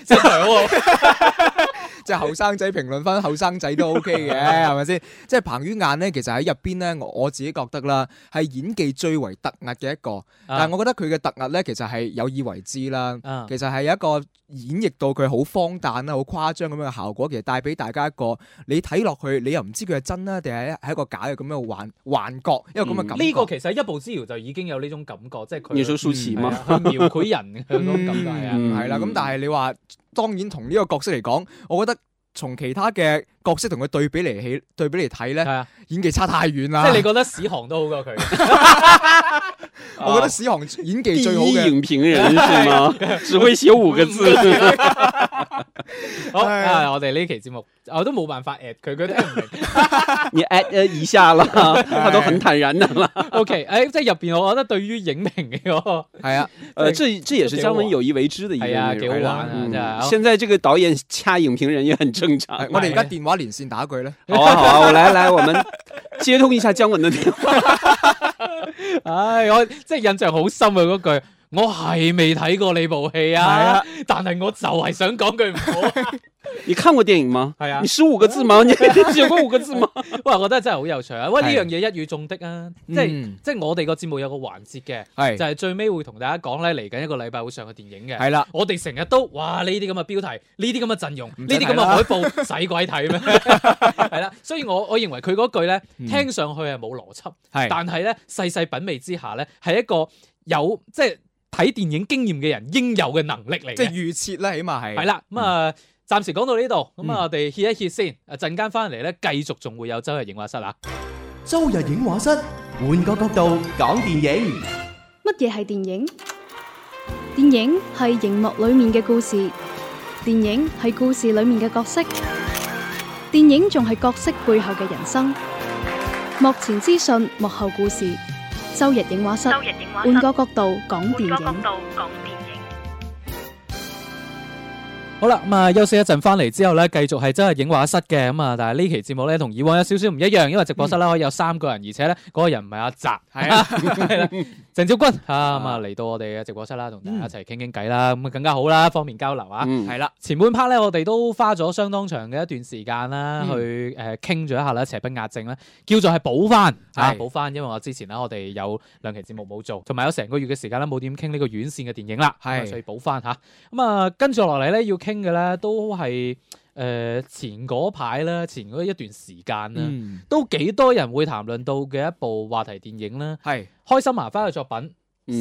[SPEAKER 3] 真係好，
[SPEAKER 4] 即係後生仔評論翻後生仔都 OK 嘅，係咪先？即係彭于晏咧，其實喺入邊咧，我我自己覺得啦，係演技最為突兀嘅一個。但係我覺得佢嘅突兀咧，其實係有意為之啦。
[SPEAKER 3] 啊
[SPEAKER 4] 其實係有一個演繹到佢好荒誕啊啦、好誇張咁樣嘅效果，其實帶俾大家一個你睇落去，你又唔知佢係真啦定係係一個假嘅咁樣嘅幻幻覺，一個咁嘅感覺。
[SPEAKER 3] 嗯
[SPEAKER 4] 啊
[SPEAKER 3] 呢個其實一步之遙就已經有呢種感覺，即係佢
[SPEAKER 5] 你說舒淇
[SPEAKER 3] 係
[SPEAKER 5] 吗？
[SPEAKER 3] 啊佢描繪人嘅嗰種感覺係啊。
[SPEAKER 5] 嗯
[SPEAKER 4] 係啦。咁但係你話，當然同呢個角色嚟講，我覺得從其他嘅角色同佢對比嚟起對比嚟睇
[SPEAKER 3] 係
[SPEAKER 4] 咧，
[SPEAKER 3] 啊，
[SPEAKER 4] 演技差太遠
[SPEAKER 3] 即
[SPEAKER 4] 啦。
[SPEAKER 3] 係你覺得史航都好過佢，
[SPEAKER 4] 我覺得史航演技
[SPEAKER 5] 第
[SPEAKER 4] 最好
[SPEAKER 5] 一
[SPEAKER 4] 嘅。
[SPEAKER 5] 影评人是吗？只会写五个字。
[SPEAKER 3] 好
[SPEAKER 4] 係
[SPEAKER 3] 啊！我哋呢期節目我都冇辦法 at 佢，佢聽唔明。
[SPEAKER 5] 你 at 呃一下 啦，他都很坦然的了。
[SPEAKER 3] OK，誒，即係入邊，我覺得對於影評嘅嗰個
[SPEAKER 4] 係啊，
[SPEAKER 5] 呃，这这也是姜文有意为之的一个
[SPEAKER 3] 哎呀
[SPEAKER 5] 内容
[SPEAKER 3] 给我
[SPEAKER 4] 啊
[SPEAKER 3] 真
[SPEAKER 5] 嗯
[SPEAKER 3] 的
[SPEAKER 5] 现在这个导演掐影评人也很正常。
[SPEAKER 3] 哎
[SPEAKER 4] 係我哋而家電話連線打一句咧。
[SPEAKER 5] 好啊好啊，我来来，我们接通一下姜文的电话。
[SPEAKER 3] 唉，我即係印象好深啊！嗰句我係未睇過你部戲
[SPEAKER 4] 係
[SPEAKER 3] 啊
[SPEAKER 4] 啊，
[SPEAKER 3] 但係我就係想講句唔 好。
[SPEAKER 5] 你看过电影 吗？
[SPEAKER 3] 哎呀
[SPEAKER 5] 你识五个字吗？你你写过 五个字吗？
[SPEAKER 3] 哇，我覺得真係好有趣啊！喂，呢
[SPEAKER 4] 係
[SPEAKER 3] 樣嘢一語中的啊，即係
[SPEAKER 4] 嗯
[SPEAKER 3] 即係我哋個節目有個環節嘅，就
[SPEAKER 4] 係
[SPEAKER 3] 係最尾會同大家講咧，嚟緊一個禮拜會上嘅電影嘅。
[SPEAKER 4] 係啦。
[SPEAKER 3] 我哋成日都哇呢啲咁嘅標題，呢啲咁嘅陣容，呢
[SPEAKER 4] 唔
[SPEAKER 3] 啲
[SPEAKER 4] 真
[SPEAKER 3] 咁
[SPEAKER 4] 係
[SPEAKER 3] 嘅
[SPEAKER 4] 啦
[SPEAKER 3] 海報，使鬼睇 咩？係啦，所以我我認為佢嗰句咧，
[SPEAKER 4] 嗯
[SPEAKER 3] 聽上去係冇邏輯，
[SPEAKER 4] 係
[SPEAKER 3] 但係咧細細品味之下咧，係一個有即係睇電影經驗嘅人應有嘅能力嚟
[SPEAKER 4] 即係
[SPEAKER 3] 嘅。
[SPEAKER 4] 預設啦，起碼係。嗯
[SPEAKER 3] 係啦，咁啊。暫時講到呢度，咁啊，我哋歇一歇先。啊，陣間翻嚟咧，繼續仲會有周日影畫室啊。
[SPEAKER 2] 周日影畫室，換個角度講電影。
[SPEAKER 1] 乜嘢係電影？電影係熒幕裏面嘅故事，電影係故事裏面嘅角色，電影仲係角色背後嘅人生。幕前資訊，幕後故事。周日影畫室，
[SPEAKER 6] 周日影畫室
[SPEAKER 1] 換個角度講電
[SPEAKER 6] 換個角
[SPEAKER 1] 影。
[SPEAKER 6] 度講電影。
[SPEAKER 3] 好啦，咁啊休息一陣翻嚟之後咧，繼續係真係影畫室嘅咁啊，但係呢期節目咧同以往有少少唔一樣，因為直播室咧可以有三個人，而且咧嗰個人唔係阿澤，
[SPEAKER 4] 係啊
[SPEAKER 3] 係啦，鄭兆君啊咁啊嚟到我哋嘅直播室啦，同大家一齊傾傾偈啦，咁啊更加好啦，方便交 流啊。
[SPEAKER 5] 嗯，
[SPEAKER 4] 係啦，
[SPEAKER 3] 前半 part 咧，我哋都花咗相當長嘅一段時間啦，
[SPEAKER 4] 嗯
[SPEAKER 3] 去誒傾咗一下啦，邪不壓正咧，叫做係補翻啊，
[SPEAKER 4] 係
[SPEAKER 3] 補翻，因為我之前啦，我哋有兩期節目冇做，同埋有成個月嘅時間咧冇點傾呢個院線嘅電影啦，
[SPEAKER 4] 係
[SPEAKER 3] 咁啊所以補翻吓。咁啊，跟住落嚟咧要傾嘅咧都係誒、呃前嗰排啦，前嗰一段時間啦，
[SPEAKER 4] 嗯，
[SPEAKER 3] 都幾多人會談論到嘅一部話題電影啦，
[SPEAKER 4] 系，
[SPEAKER 3] 開心麻花嘅作品
[SPEAKER 5] 嗯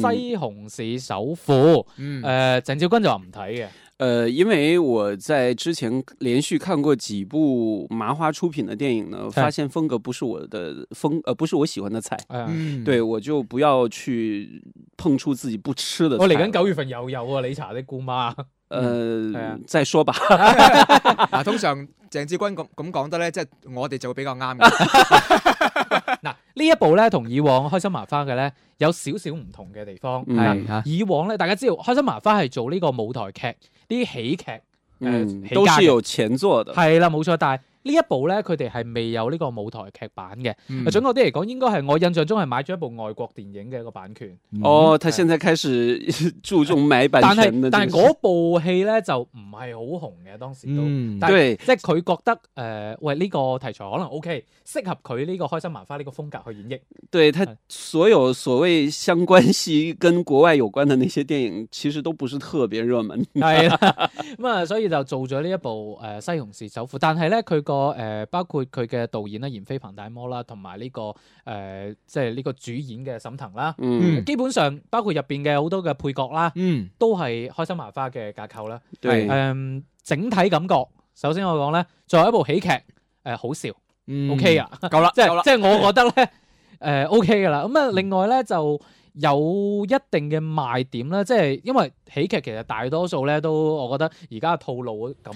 [SPEAKER 3] 《西紅柿首富》。
[SPEAKER 4] 嗯，
[SPEAKER 3] 誒，鄭少君就話唔睇嘅。
[SPEAKER 5] 呃，因为我在之前连续看过几部麻花出品的电影呢，发现风格不是我的风，呃，不是我喜欢的菜，
[SPEAKER 3] 誒，
[SPEAKER 4] 嗯，
[SPEAKER 5] 对我就不要去碰触自己不吃的菜。
[SPEAKER 3] 我嚟緊九月，份又有啊，你查啲姑媽。 係啊
[SPEAKER 5] 呃，再说吧。
[SPEAKER 4] 嗱，啊通常鄭志軍咁咁講得咧，即係我哋就會比較 啱嘅。
[SPEAKER 3] 嗱，呢一部咧同以往開心麻花嘅咧有少少唔同嘅地方。
[SPEAKER 5] 嗯
[SPEAKER 3] 嗱
[SPEAKER 4] 嚇，
[SPEAKER 3] 以往咧，大家知道開心麻花係做呢個舞台劇、啲喜劇，誒、
[SPEAKER 5] 嗯，
[SPEAKER 3] 起
[SPEAKER 5] 都
[SPEAKER 3] 家
[SPEAKER 5] 是
[SPEAKER 3] 嘅
[SPEAKER 5] 有前作的。
[SPEAKER 3] 係啦，冇錯。但係呢一部咧，佢哋係未有呢個舞台劇版嘅。
[SPEAKER 4] 嗯
[SPEAKER 3] 準確啊啲嚟講，應該係我印象中係買咗一部外國電影嘅一個版權。
[SPEAKER 5] 哦，他现在开始 注重买版
[SPEAKER 3] 嗯哎但
[SPEAKER 5] 权的
[SPEAKER 3] 係
[SPEAKER 5] 这
[SPEAKER 3] 但
[SPEAKER 5] 个
[SPEAKER 3] 係
[SPEAKER 5] 事。
[SPEAKER 3] 嗰部戲咧就唔係好紅嘅，當時都。
[SPEAKER 4] 嗯
[SPEAKER 3] 但係
[SPEAKER 5] 對
[SPEAKER 3] 即係佢覺得誒、呃喂呢、個題材可能 OK，適合佢呢個開心麻花呢個風格去演繹。
[SPEAKER 5] 对他
[SPEAKER 3] 哎
[SPEAKER 5] 所有所谓相关系跟国外有关的那些电影，其实都不是特别 热门。
[SPEAKER 3] 係啦， 咁啊，所以就做咗呢一部誒、呃西紅柿首富》，但係咧佢個誒包括佢嘅導演啦，閻飛彭大魔啦，同埋呢個誒、呃即係呢個主演嘅沈騰啦，
[SPEAKER 5] 嗯，
[SPEAKER 4] 嗯
[SPEAKER 3] 基本上包括入邊嘅好多嘅配角啦，
[SPEAKER 4] 嗯，
[SPEAKER 3] 都係開心麻花嘅架構啦。
[SPEAKER 5] 对
[SPEAKER 3] 誒、，整體感覺，首先我講咧，作為一部喜劇，誒、呃好笑、
[SPEAKER 4] 嗯
[SPEAKER 3] o k 啊。
[SPEAKER 4] 夠啦，
[SPEAKER 3] 即
[SPEAKER 4] 夠
[SPEAKER 3] 係
[SPEAKER 4] 啦嗯
[SPEAKER 3] 即係我覺得咧， 誒、OK 噶啦。咁啊，另外咧就有一定嘅賣點啦，即係因為喜劇其實大多數咧都，我覺得而家嘅套路咁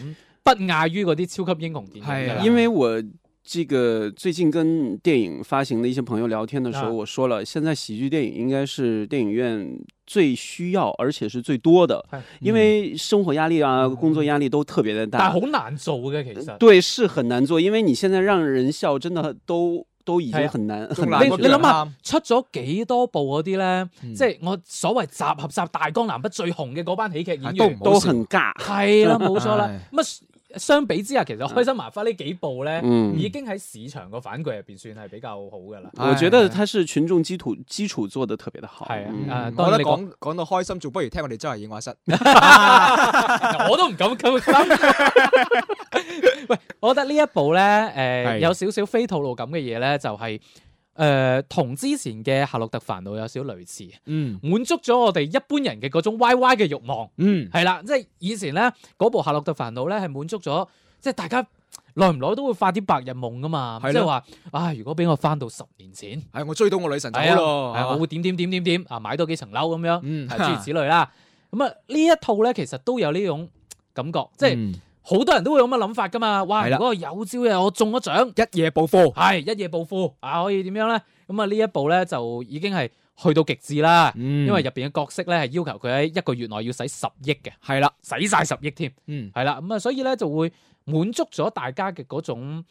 [SPEAKER 3] 不亞於嗰啲超級英雄電影㗎
[SPEAKER 4] 係
[SPEAKER 3] 啦
[SPEAKER 4] 啊。
[SPEAKER 5] 因为我这个最近跟电影发行的一些朋友聊天的时
[SPEAKER 3] 啊
[SPEAKER 5] 候，我说了，现在喜剧电影应该是电影院最需要而且是最多的
[SPEAKER 3] 哎，
[SPEAKER 5] 因为生活压力啊、工作压力都特别的
[SPEAKER 3] 但
[SPEAKER 5] 大
[SPEAKER 3] 係。好難做嘅其
[SPEAKER 4] 啊
[SPEAKER 3] 實。
[SPEAKER 5] 对，是很难做，因为你现在让人笑，真的都都已
[SPEAKER 3] 哎呀
[SPEAKER 5] 经很难
[SPEAKER 4] 仲
[SPEAKER 5] 很
[SPEAKER 4] 難
[SPEAKER 5] 难
[SPEAKER 3] 你
[SPEAKER 4] 過
[SPEAKER 5] 做
[SPEAKER 3] 你
[SPEAKER 5] 了。
[SPEAKER 4] 梁
[SPEAKER 3] 諗下
[SPEAKER 4] 啱
[SPEAKER 3] 出咗幾多部嗰啲咧，
[SPEAKER 4] 嗯
[SPEAKER 3] 即係啊我所謂集合集大江南北最紅嘅嗰班喜劇演
[SPEAKER 4] 啊都
[SPEAKER 3] 員
[SPEAKER 4] 唔，好
[SPEAKER 5] 都很尬。
[SPEAKER 3] 係 啦，冇錯啦
[SPEAKER 4] 唉。
[SPEAKER 3] 咁啊，相比之下，
[SPEAKER 4] 嗯
[SPEAKER 3] 其實開心麻花呢幾部咧，
[SPEAKER 5] 嗯
[SPEAKER 3] 已經喺市場個反饋入邊算係比較好㗎啦。
[SPEAKER 5] 我觉得
[SPEAKER 4] 哎
[SPEAKER 5] 它是群众基础基础做的特别的好。
[SPEAKER 3] 哎呀
[SPEAKER 5] 嗯
[SPEAKER 3] 啊
[SPEAKER 4] 嗯
[SPEAKER 3] 當然
[SPEAKER 4] 我覺得
[SPEAKER 3] 你講
[SPEAKER 4] 講講到開心，仲不如聽我哋周圍影畫室。
[SPEAKER 3] 我都唔敢咁 心。喂，我覺得呢一部咧，誒、
[SPEAKER 4] 係
[SPEAKER 3] 有少少非套路咁嘅嘢咧，就係、誒、同之前嘅《夏洛特煩惱》有少類似，
[SPEAKER 4] 嗯
[SPEAKER 3] 滿足咗我哋一般人嘅嗰種 Y Y 嘅慾望。
[SPEAKER 4] 嗯，
[SPEAKER 3] 係啦，即係以前咧嗰部《夏洛特煩惱》咧係滿足咗，即係大家耐唔耐都會發啲白日夢噶嘛，即
[SPEAKER 4] 係咯
[SPEAKER 3] 係話啊，如果俾我翻到十年前，
[SPEAKER 4] 係我追到我女神走
[SPEAKER 3] 係
[SPEAKER 4] 咯，
[SPEAKER 3] 啊，
[SPEAKER 4] 係
[SPEAKER 3] 我
[SPEAKER 4] 嘛
[SPEAKER 3] 會點點點點點啊，買多幾層樓咁樣。
[SPEAKER 4] 嗯
[SPEAKER 3] 係啊諸如此類啦。咁啊，呢一套咧其實都有呢種感覺，即係
[SPEAKER 4] 嗯
[SPEAKER 3] 好多人都會有咁嘅諗法噶嘛。哇！
[SPEAKER 4] 係
[SPEAKER 3] 如
[SPEAKER 4] 啦
[SPEAKER 3] 果我有朝一日我中咗獎，
[SPEAKER 4] 一夜暴富。
[SPEAKER 3] 係一夜暴富啊，可以點樣咧？咁啊，呢一部咧就已經係去到極致啦。
[SPEAKER 4] 因
[SPEAKER 3] 因為入邊嘅角色咧係要求佢喺一個月內要使十億嘅，
[SPEAKER 4] 係啦，
[SPEAKER 3] 使晒十億添，
[SPEAKER 4] 嗯，
[SPEAKER 3] 係啦。咁啊，所以咧就會滿足咗大家嘅嗰種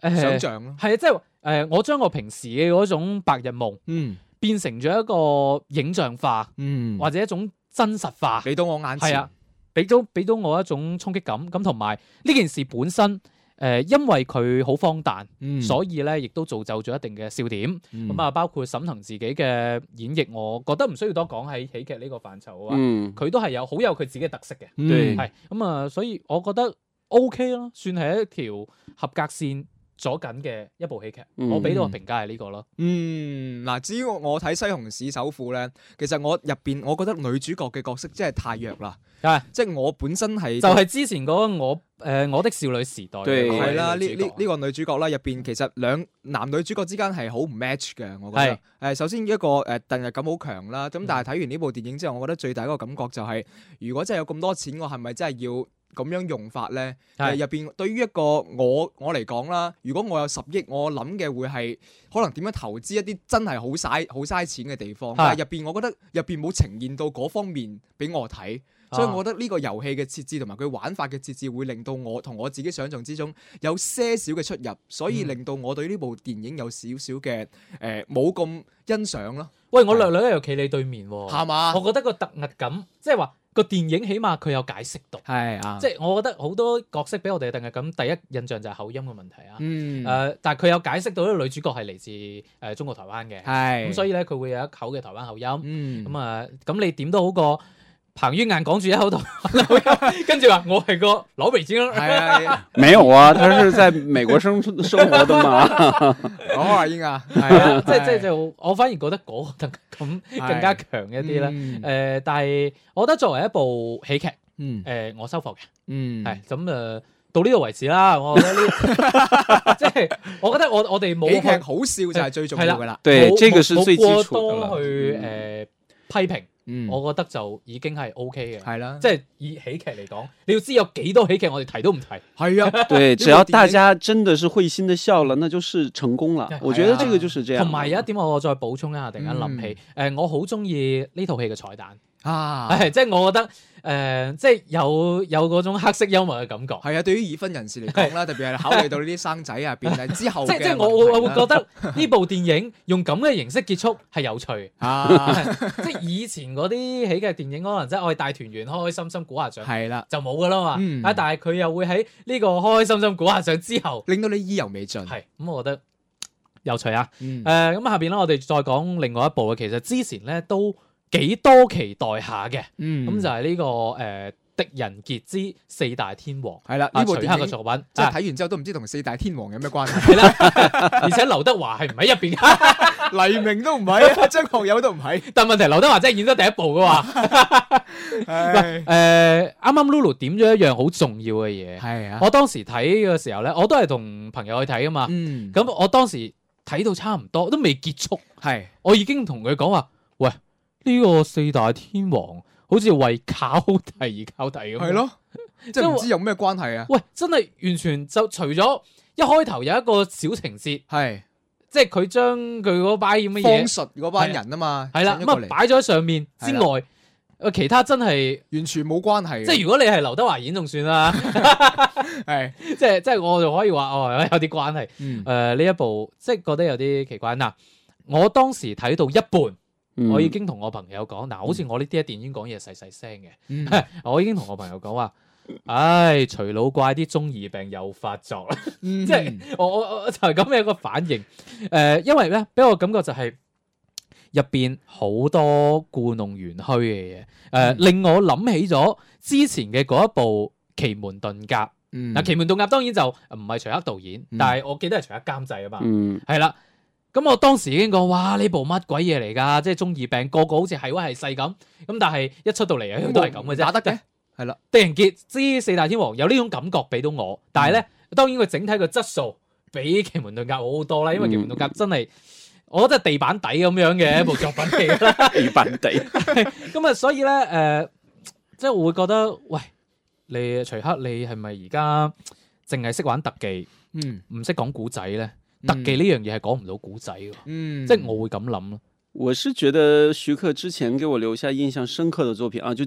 [SPEAKER 3] 誒
[SPEAKER 4] 想像咯，
[SPEAKER 3] 係啊，即係誒我將我平時嘅嗰種白日夢
[SPEAKER 4] 嗯
[SPEAKER 3] 變成咗一個影像化
[SPEAKER 4] 嗯，
[SPEAKER 3] 或者一種真實化。
[SPEAKER 4] 俾到我眼前。
[SPEAKER 3] 係啊，俾到俾到我一種衝擊感，咁同埋呢件事本身。誒、因為佢好荒誕，
[SPEAKER 4] 嗯，
[SPEAKER 3] 所以咧亦都造就咗一定嘅笑點。咁
[SPEAKER 4] 咁
[SPEAKER 3] 啊、包括沈騰自己嘅演繹，我覺得唔需要多講喺喜劇呢個範疇啊，
[SPEAKER 5] 嗯，
[SPEAKER 3] 佢、都係有好有佢自己嘅特色嘅。
[SPEAKER 4] 嗯
[SPEAKER 5] 對
[SPEAKER 3] 係咁啊，所以我覺得 O K 咯，算係一條合格線咗緊嘅一部喜劇。
[SPEAKER 5] 嗯
[SPEAKER 3] 我俾到個評價係呢個咯。
[SPEAKER 4] 嗯，嗱，至於我我睇《西紅柿首富》咧，其實我入邊我覺得女主角嘅角色真係太弱啦，
[SPEAKER 3] 啊
[SPEAKER 4] 即係我本身係
[SPEAKER 3] 就係之前嗰個我誒、呃我的啊少女時代
[SPEAKER 5] 對
[SPEAKER 3] 嘅嗰位
[SPEAKER 4] 係啦，
[SPEAKER 3] 女
[SPEAKER 4] 呢
[SPEAKER 3] 主角
[SPEAKER 4] 呢呢個女主角啦，入邊其實兩男女主角之間係好唔 match 嘅，我覺得。誒，首先一個誒突然感好強啦，
[SPEAKER 3] 嗯
[SPEAKER 4] 咁但係睇完呢部電影之後，我覺得最大一個感覺就係，如果真係有咁多錢，我係咪真係要咁樣用法咧？
[SPEAKER 3] 係
[SPEAKER 4] 誒入邊對於一個我我嚟講啦，如果我有十億，我諗嘅會係可能點樣投資一啲真係好嘥好嘥錢嘅地方，但係入邊我覺得入邊冇呈現到嗰方面俾我睇。所以
[SPEAKER 3] 啊
[SPEAKER 4] 我覺得呢個遊戲嘅設置同埋佢玩法嘅設置會令到我同我自己想象之中有些少嘅出入，所以
[SPEAKER 3] 嗯
[SPEAKER 4] 令到我對呢部電影有少少嘅誒冇咁欣賞咯，
[SPEAKER 3] 喂，我略略又企你對面喎。
[SPEAKER 4] 係嘛
[SPEAKER 3] 我？覺得個突兀感，即係話個電影起碼佢有解釋到，
[SPEAKER 4] 係啊
[SPEAKER 3] 即
[SPEAKER 4] 即係
[SPEAKER 3] 係我覺得好多角色俾我哋嘅突兀感，第一印象就係口音嘅問題啊。誒、
[SPEAKER 4] 嗯
[SPEAKER 3] 但係佢有解釋到咧，女主角係嚟自誒、呃中國台灣嘅，
[SPEAKER 4] 係
[SPEAKER 3] 咁所以咧佢會有一口嘅台灣口音。
[SPEAKER 4] 嗯
[SPEAKER 3] 咁啊、咁你點都好過彭于晏講住一口度， 跟住話我係個老北京人。
[SPEAKER 4] 系啊，
[SPEAKER 5] 没有啊，他是在美国生存生活 的嘛。
[SPEAKER 4] 我阿英啊，系
[SPEAKER 3] 係啊，即係即係
[SPEAKER 4] 係
[SPEAKER 3] 就我反而覺得嗰個更咁
[SPEAKER 4] 係
[SPEAKER 3] 更加強一啲啦。誒、
[SPEAKER 4] 嗯
[SPEAKER 3] 但係我覺得作為一部喜劇，誒、
[SPEAKER 4] 嗯
[SPEAKER 3] 我收貨嘅，
[SPEAKER 4] 嗯
[SPEAKER 3] 係咁誒，呃到呢度為止啦。我覺 得呢，即係我覺得我我哋冇
[SPEAKER 4] 喜劇
[SPEAKER 3] 去
[SPEAKER 4] 好笑就係最重要噶啦。
[SPEAKER 5] 对，
[SPEAKER 3] 冇
[SPEAKER 5] 这
[SPEAKER 3] 冇
[SPEAKER 5] 个是
[SPEAKER 3] 冇
[SPEAKER 5] 最基
[SPEAKER 3] 過
[SPEAKER 5] 础的
[SPEAKER 3] 多
[SPEAKER 5] 了。
[SPEAKER 3] 去誒、呃批評，
[SPEAKER 4] 嗯，
[SPEAKER 3] 我覺得就已經係 O K 嘅。
[SPEAKER 4] 係啦，
[SPEAKER 3] 即係以喜劇嚟講，你要知有幾多喜劇我哋提都唔提。
[SPEAKER 4] 係啊，
[SPEAKER 5] 对，
[SPEAKER 4] 部
[SPEAKER 5] 只要
[SPEAKER 4] 电
[SPEAKER 5] 大
[SPEAKER 4] 影
[SPEAKER 5] 家真的是会心的笑了，那就是成功了
[SPEAKER 3] 哎。
[SPEAKER 5] 我觉得
[SPEAKER 4] 呀
[SPEAKER 5] 这个就是这样。
[SPEAKER 3] 同埋有一點我再補充一下，突然間諗起，誒、呃我好中意呢套戲嘅彩蛋，
[SPEAKER 4] 啊，
[SPEAKER 3] 係即係我覺得誒、呃即係有有嗰種黑色幽默嘅感覺。
[SPEAKER 4] 係啊，對於已婚人士嚟講啦，特別係考慮到呢啲生仔啊、 變啊之後
[SPEAKER 3] 即
[SPEAKER 4] 嘅
[SPEAKER 3] 即係我我我
[SPEAKER 4] 問
[SPEAKER 3] 會
[SPEAKER 4] 題啊
[SPEAKER 3] 覺
[SPEAKER 4] 啦
[SPEAKER 3] 得呢部電影用咁嘅形式結束係有趣嘅，
[SPEAKER 4] 啊，
[SPEAKER 3] 即係以前嗰啲喜劇電影可能真係我哋大團圓開開心心估下獎
[SPEAKER 4] 係啦，
[SPEAKER 3] 就冇噶啦嘛，
[SPEAKER 4] 嗯
[SPEAKER 3] 啊但係佢又會喺呢個開開心心估下獎之後
[SPEAKER 4] 令到你意猶未盡。
[SPEAKER 3] 係咁，我覺得有趣啊！
[SPEAKER 4] 嗯
[SPEAKER 3] 誒咁下邊咧，我哋再講另外一部嘅，其實之前咧都幾多期待下嘅。
[SPEAKER 4] 嗯
[SPEAKER 3] 咁就係呢、個誒《狄仁傑之四大天王》
[SPEAKER 4] 係啦，
[SPEAKER 3] 啊，
[SPEAKER 4] 呢
[SPEAKER 3] 徐
[SPEAKER 4] 部
[SPEAKER 3] 克
[SPEAKER 4] 電
[SPEAKER 3] 嘅
[SPEAKER 4] 影
[SPEAKER 3] 作品，
[SPEAKER 4] 即係
[SPEAKER 3] 啊
[SPEAKER 4] 睇完之後都唔知同四大天王有咩關係。
[SPEAKER 3] 係啦，而且劉德華係唔喺入邊，
[SPEAKER 4] 黎明都唔係 啊，張學友都唔係。
[SPEAKER 3] 但問題劉德華真係演咗第一部嘅 話，誒
[SPEAKER 4] 係
[SPEAKER 3] 啱啱 Lulu 點咗一樣好重要嘅嘢，
[SPEAKER 4] 係啊，
[SPEAKER 3] 我當時睇嘅時候咧，我都係同朋友去睇噶嘛，
[SPEAKER 4] 嗯，
[SPEAKER 3] 咁我當時睇到差唔多都未結束，
[SPEAKER 4] 係
[SPEAKER 3] 我已經同佢講話，喂，呢、個四大天王好似為考題而考題咁，
[SPEAKER 4] 係。咯，即係唔知有咩關係啊？
[SPEAKER 3] 喂，真係完全就除咗一開頭有一個小情節，
[SPEAKER 4] 係
[SPEAKER 3] 即係佢將佢嗰擺咁嘅
[SPEAKER 4] 方
[SPEAKER 3] 嘢
[SPEAKER 4] 術嗰班人啊嘛，
[SPEAKER 3] 係啦，
[SPEAKER 4] 請咗
[SPEAKER 3] 咁
[SPEAKER 4] 過
[SPEAKER 3] 啊
[SPEAKER 4] 嚟
[SPEAKER 3] 擺咗喺上面之
[SPEAKER 4] 係啊
[SPEAKER 3] 外，呃其他真係
[SPEAKER 4] 完全冇關係嘅。
[SPEAKER 3] 即係如果你係劉德華演仲算啦，
[SPEAKER 4] 係
[SPEAKER 3] 即係即係我就可以話哦有啲關係。
[SPEAKER 4] 嗯
[SPEAKER 3] 誒呃呢一部即係覺得有啲奇怪嗱。我當時睇到一半，
[SPEAKER 5] 嗯
[SPEAKER 3] 我已經同我朋友講嗱，好似我呢啲喺電影講嘢細細聲嘅，
[SPEAKER 4] 嗯
[SPEAKER 3] 我已經同我朋友講話，唉，徐老怪啲中二病又發作啦。
[SPEAKER 4] 嗯
[SPEAKER 3] 即係我我我就係咁嘅一個反應。誒、因為咧，俾我感覺就係入邊好多故弄玄虛嘅嘢，誒、呃
[SPEAKER 4] 嗯
[SPEAKER 3] 令我諗起咗之前嘅嗰一部《奇門遁甲》
[SPEAKER 4] 嗯
[SPEAKER 3] 嗱，《奇門遁甲》當然就唔係徐克導演，
[SPEAKER 4] 嗯
[SPEAKER 3] 但係我記得係徐克監製啊嘛，
[SPEAKER 5] 嗯，
[SPEAKER 3] 係啦、咁我當時已經講，哇！呢部乜鬼嘢嚟㗎？即係中二病，個個好似係威係勢咁。咁但係一出到嚟哎
[SPEAKER 4] 咁
[SPEAKER 3] 又都係咁嘅啫。
[SPEAKER 4] 嗯打得嘅，係啦，
[SPEAKER 3] 狄仁傑之四大天王有呢種感覺俾到我，但係
[SPEAKER 4] 嗯
[SPEAKER 3] 咧，當然佢整體個質素比奇門遁甲好好多啦，因為
[SPEAKER 5] 嗯
[SPEAKER 3] 奇門遁甲真係。我覺得係地板底咁樣嘅一部作品嚟㗎啦，
[SPEAKER 5] 一般得。
[SPEAKER 3] 咁啊，所以咧，誒、即係我會覺得，喂，你徐克，你係咪而家淨係識玩特技，
[SPEAKER 4] 嗯
[SPEAKER 3] 唔識講古仔咧？特技呢樣嘢係講唔到古仔㗎，
[SPEAKER 4] 嗯，
[SPEAKER 3] 即係我會咁諗咯。
[SPEAKER 5] 我是觉得徐克之前给我留下印象深刻的作品啊，就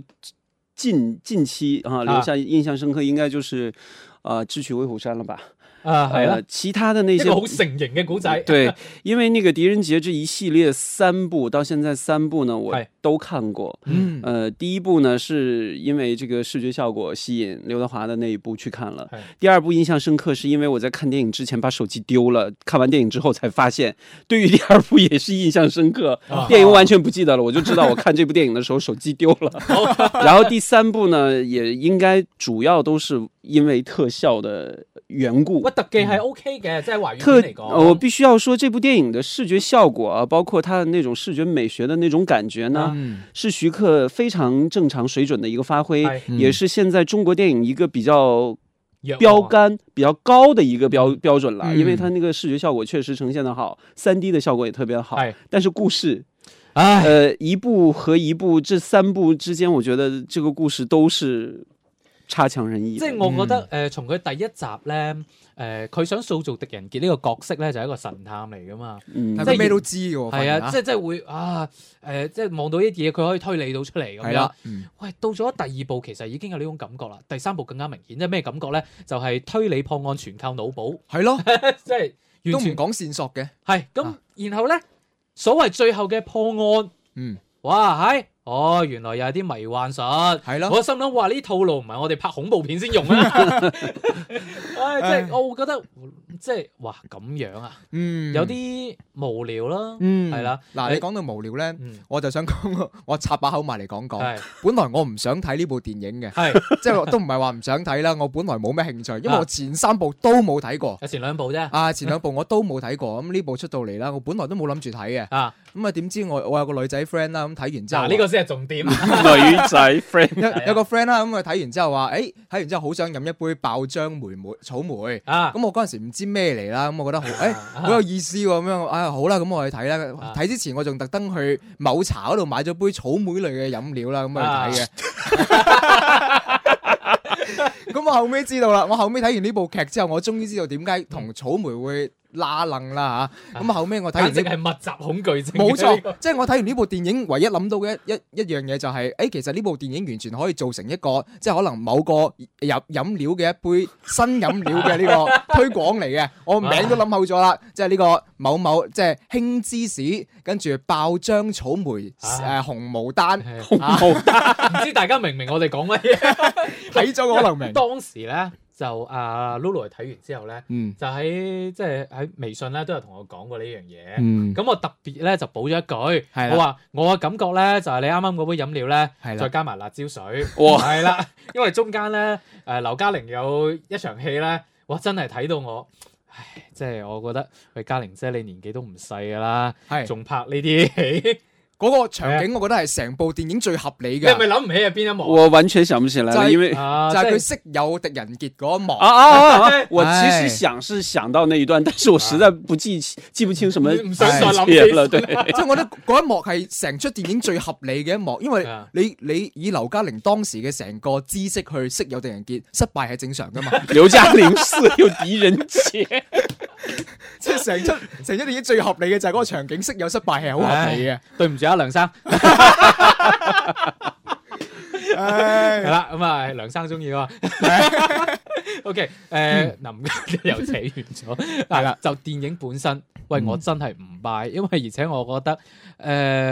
[SPEAKER 5] 近近期啊留下印象深刻，应该就是啊《智取威虎山》了吧？
[SPEAKER 3] 啊，係啦
[SPEAKER 5] 呃，，其他的那
[SPEAKER 3] 一
[SPEAKER 5] 些
[SPEAKER 3] 個好成形嘅古 仔。
[SPEAKER 5] 对，因为那个《狄仁杰》这一系列三部到现在三部呢，我
[SPEAKER 3] 哎
[SPEAKER 5] 都看过。
[SPEAKER 4] 嗯
[SPEAKER 3] 啊
[SPEAKER 5] 呃，第一部呢是因为这个视觉效果吸引刘德华的那一部去看了
[SPEAKER 3] 哎。
[SPEAKER 5] 第二部印象深刻，是因为我在看电影之前把手机丢了，看完电影之后才发现，对于第二部也是印象深刻。
[SPEAKER 3] 啊
[SPEAKER 5] 电影完全不记得了，我就知道我看这部电影的时候手机丢了。 然后第三部呢，也应该主要都是因为特效的缘故
[SPEAKER 3] 喂，。特技係 OK 嘅，即係華語
[SPEAKER 5] 特
[SPEAKER 3] 片嚟，
[SPEAKER 5] 呃我
[SPEAKER 3] 講。
[SPEAKER 5] 必须要说，这部电影的视觉效果啊，包括它的那种视觉美学的那种感觉呢，
[SPEAKER 4] 嗯
[SPEAKER 5] 是徐克非常正常水准的一个发挥，
[SPEAKER 3] 哎
[SPEAKER 5] 也是现在中国电影一个比较
[SPEAKER 3] 若
[SPEAKER 5] 标
[SPEAKER 3] 望
[SPEAKER 5] 杆、比较高的一个标标准了，
[SPEAKER 4] 嗯
[SPEAKER 5] 因为它那个视觉效果确实呈现的好，三 D 的效果也特别好，
[SPEAKER 3] 哎
[SPEAKER 5] 但是故事，
[SPEAKER 3] 唉。
[SPEAKER 5] 呃，一部和一部这三部之间，我觉得这个故事都是差强人意
[SPEAKER 3] 即
[SPEAKER 5] 的。
[SPEAKER 3] 係我覺得誒、呃，從佢第一集咧，誒、佢想塑造狄仁傑呢個角色咧，就係一個神探嚟噶嘛。
[SPEAKER 5] 嗯
[SPEAKER 4] 但
[SPEAKER 3] 即係
[SPEAKER 4] 係佢咩都知嘅喎，
[SPEAKER 3] 係啊，即
[SPEAKER 4] 係
[SPEAKER 3] 係即係會啊誒、呃即係望到啲嘢，佢可以推理到出嚟咁
[SPEAKER 4] 係
[SPEAKER 3] 樣
[SPEAKER 4] 啦。，嗯
[SPEAKER 3] 喂，到咗第二部其實已經有呢種感覺啦，第三部更加明顯。即係咩感覺咧？就係、推理破案全靠腦補，
[SPEAKER 4] 係咯，
[SPEAKER 3] 即係
[SPEAKER 4] 都
[SPEAKER 3] 完
[SPEAKER 4] 唔
[SPEAKER 3] 全
[SPEAKER 4] 講線索嘅，
[SPEAKER 3] 係咁
[SPEAKER 4] 啊。
[SPEAKER 3] 然後咧，所謂最後嘅破案，
[SPEAKER 4] 嗯
[SPEAKER 3] 哇係哦，原來又係啲迷幻術。
[SPEAKER 4] 係咯，
[SPEAKER 3] 我心諗，哇！呢套路唔係我哋拍恐怖片先用啊！ 唉，即係我會覺得，即係哇咁樣啊，
[SPEAKER 4] 嗯，
[SPEAKER 3] 有啲無聊啦，
[SPEAKER 4] 嗯
[SPEAKER 3] 係啦
[SPEAKER 4] 嗱，
[SPEAKER 3] 你
[SPEAKER 4] 你講到無聊咧，
[SPEAKER 3] 嗯，
[SPEAKER 4] 我就想講， 我插把口埋嚟講講。
[SPEAKER 3] 係
[SPEAKER 4] 本來我唔想睇呢部電影嘅，
[SPEAKER 3] 係，
[SPEAKER 4] 即係都唔係話唔想睇啦。我本來冇咩興趣，因為
[SPEAKER 3] 啊
[SPEAKER 4] 我前三部都冇睇過。
[SPEAKER 3] 有前兩部 啫，
[SPEAKER 4] 啊，前兩部我都冇睇過，咁呢部出到嚟啦，我本來都冇諗住睇嘅，
[SPEAKER 3] 啊，
[SPEAKER 4] 咁啊點知我我有個女仔 friend 啦，咁睇完之後
[SPEAKER 3] 嗱呢個先係重 點，
[SPEAKER 5] 女仔 friend
[SPEAKER 4] 有有個 friend 啦，咁啊睇完之後話，誒睇完之後好想飲一杯爆漿梅梅草莓，
[SPEAKER 3] 啊，
[SPEAKER 4] 咁我嗰陣時唔知咩嚟啦，咁我覺得好誒
[SPEAKER 3] 啊
[SPEAKER 4] 好有意思喎，咁樣啊好啦，咁我去睇
[SPEAKER 3] 啊
[SPEAKER 4] 啦，睇之前我仲特登去某茶嗰度買咗杯草莓類嘅飲料啦，咁啊去睇嘅。
[SPEAKER 3] 啊
[SPEAKER 4] 咁我後尾知道啦，我後尾睇完呢部劇之後，我終於知道點解同草莓會拉楞啦嚇。咁啊後尾我睇
[SPEAKER 3] 簡
[SPEAKER 4] 完
[SPEAKER 3] 直
[SPEAKER 4] 呢
[SPEAKER 3] 係密集恐懼症，
[SPEAKER 4] 冇錯，即係我睇完呢部電影，唯一諗到嘅一一一樣嘢就係、誒、其實呢部電影完全可以做成一個，即係可能某個飲飲料嘅一杯新飲料嘅呢個 推廣嚟嘅，我名都諗好咗啦，即係呢個某某即係輕芝士，跟住爆漿草莓誒、
[SPEAKER 3] 啊
[SPEAKER 4] 紅 毛丹，
[SPEAKER 3] 係
[SPEAKER 4] 啊
[SPEAKER 3] 唔知大家明唔明我哋講乜嘢？
[SPEAKER 4] 睇咗可能明，
[SPEAKER 3] 當時咧就阿 Lulu 睇完之後咧，
[SPEAKER 4] 嗯
[SPEAKER 3] 就喺即係喺微信咧都有同我講過呢樣嘢。
[SPEAKER 4] 嗯，
[SPEAKER 3] 咁我特別咧就補咗一句，
[SPEAKER 4] 係啦
[SPEAKER 3] 我話我嘅感覺咧就係你啱啱嗰杯飲料咧，
[SPEAKER 4] 係
[SPEAKER 3] 啊
[SPEAKER 4] 啦
[SPEAKER 3] 再加埋辣椒 水，
[SPEAKER 5] 哇
[SPEAKER 3] 係啦，因為中間咧誒劉嘉玲有一場戲咧，哇真係睇到我，唉，即係我覺得喂嘉玲姐你年紀都唔細㗎啦，
[SPEAKER 4] 係
[SPEAKER 3] 仲拍呢啲戲，
[SPEAKER 4] 嗰、個場景，我覺得係成部電影最合理
[SPEAKER 3] 你係咪
[SPEAKER 4] 嘅，
[SPEAKER 3] 諗唔起係邊一幕啊？
[SPEAKER 5] 我完全想不起来
[SPEAKER 4] 就
[SPEAKER 5] 了，
[SPEAKER 4] 是
[SPEAKER 5] 因为啊
[SPEAKER 3] 啊
[SPEAKER 4] 就係
[SPEAKER 3] 即
[SPEAKER 4] 佢
[SPEAKER 3] 係
[SPEAKER 4] 識有狄仁 傑嗰一幕。
[SPEAKER 5] 啊啊啊！我其
[SPEAKER 4] 哎
[SPEAKER 5] 实想是想到那一段，但是我实在不记起记不清什么
[SPEAKER 3] 唔想
[SPEAKER 4] 再
[SPEAKER 5] 细
[SPEAKER 3] 諗
[SPEAKER 5] 节
[SPEAKER 3] 起
[SPEAKER 5] 了。
[SPEAKER 3] 身
[SPEAKER 5] 对，
[SPEAKER 4] 即係我覺得嗰一幕係成出電影最合理嘅一幕，因為
[SPEAKER 3] 啊
[SPEAKER 4] 你你以劉嘉玲當時嘅成個知識去識有狄仁傑，失敗係正常噶嘛。
[SPEAKER 5] 刘嘉玲是有狄仁杰，
[SPEAKER 4] 即係成出成出電影最合理嘅就係嗰個場景識有失敗係好合理嘅。
[SPEAKER 3] 對唔住啊梁生，
[SPEAKER 4] 唉
[SPEAKER 3] 係啦咁啊梁生中意啊嘛 ，OK 誒林又扯遠咗。
[SPEAKER 4] 嗯係啦，
[SPEAKER 3] 就電影本身，喂，
[SPEAKER 4] 嗯
[SPEAKER 3] 我真係唔 buy，因為而且我覺得，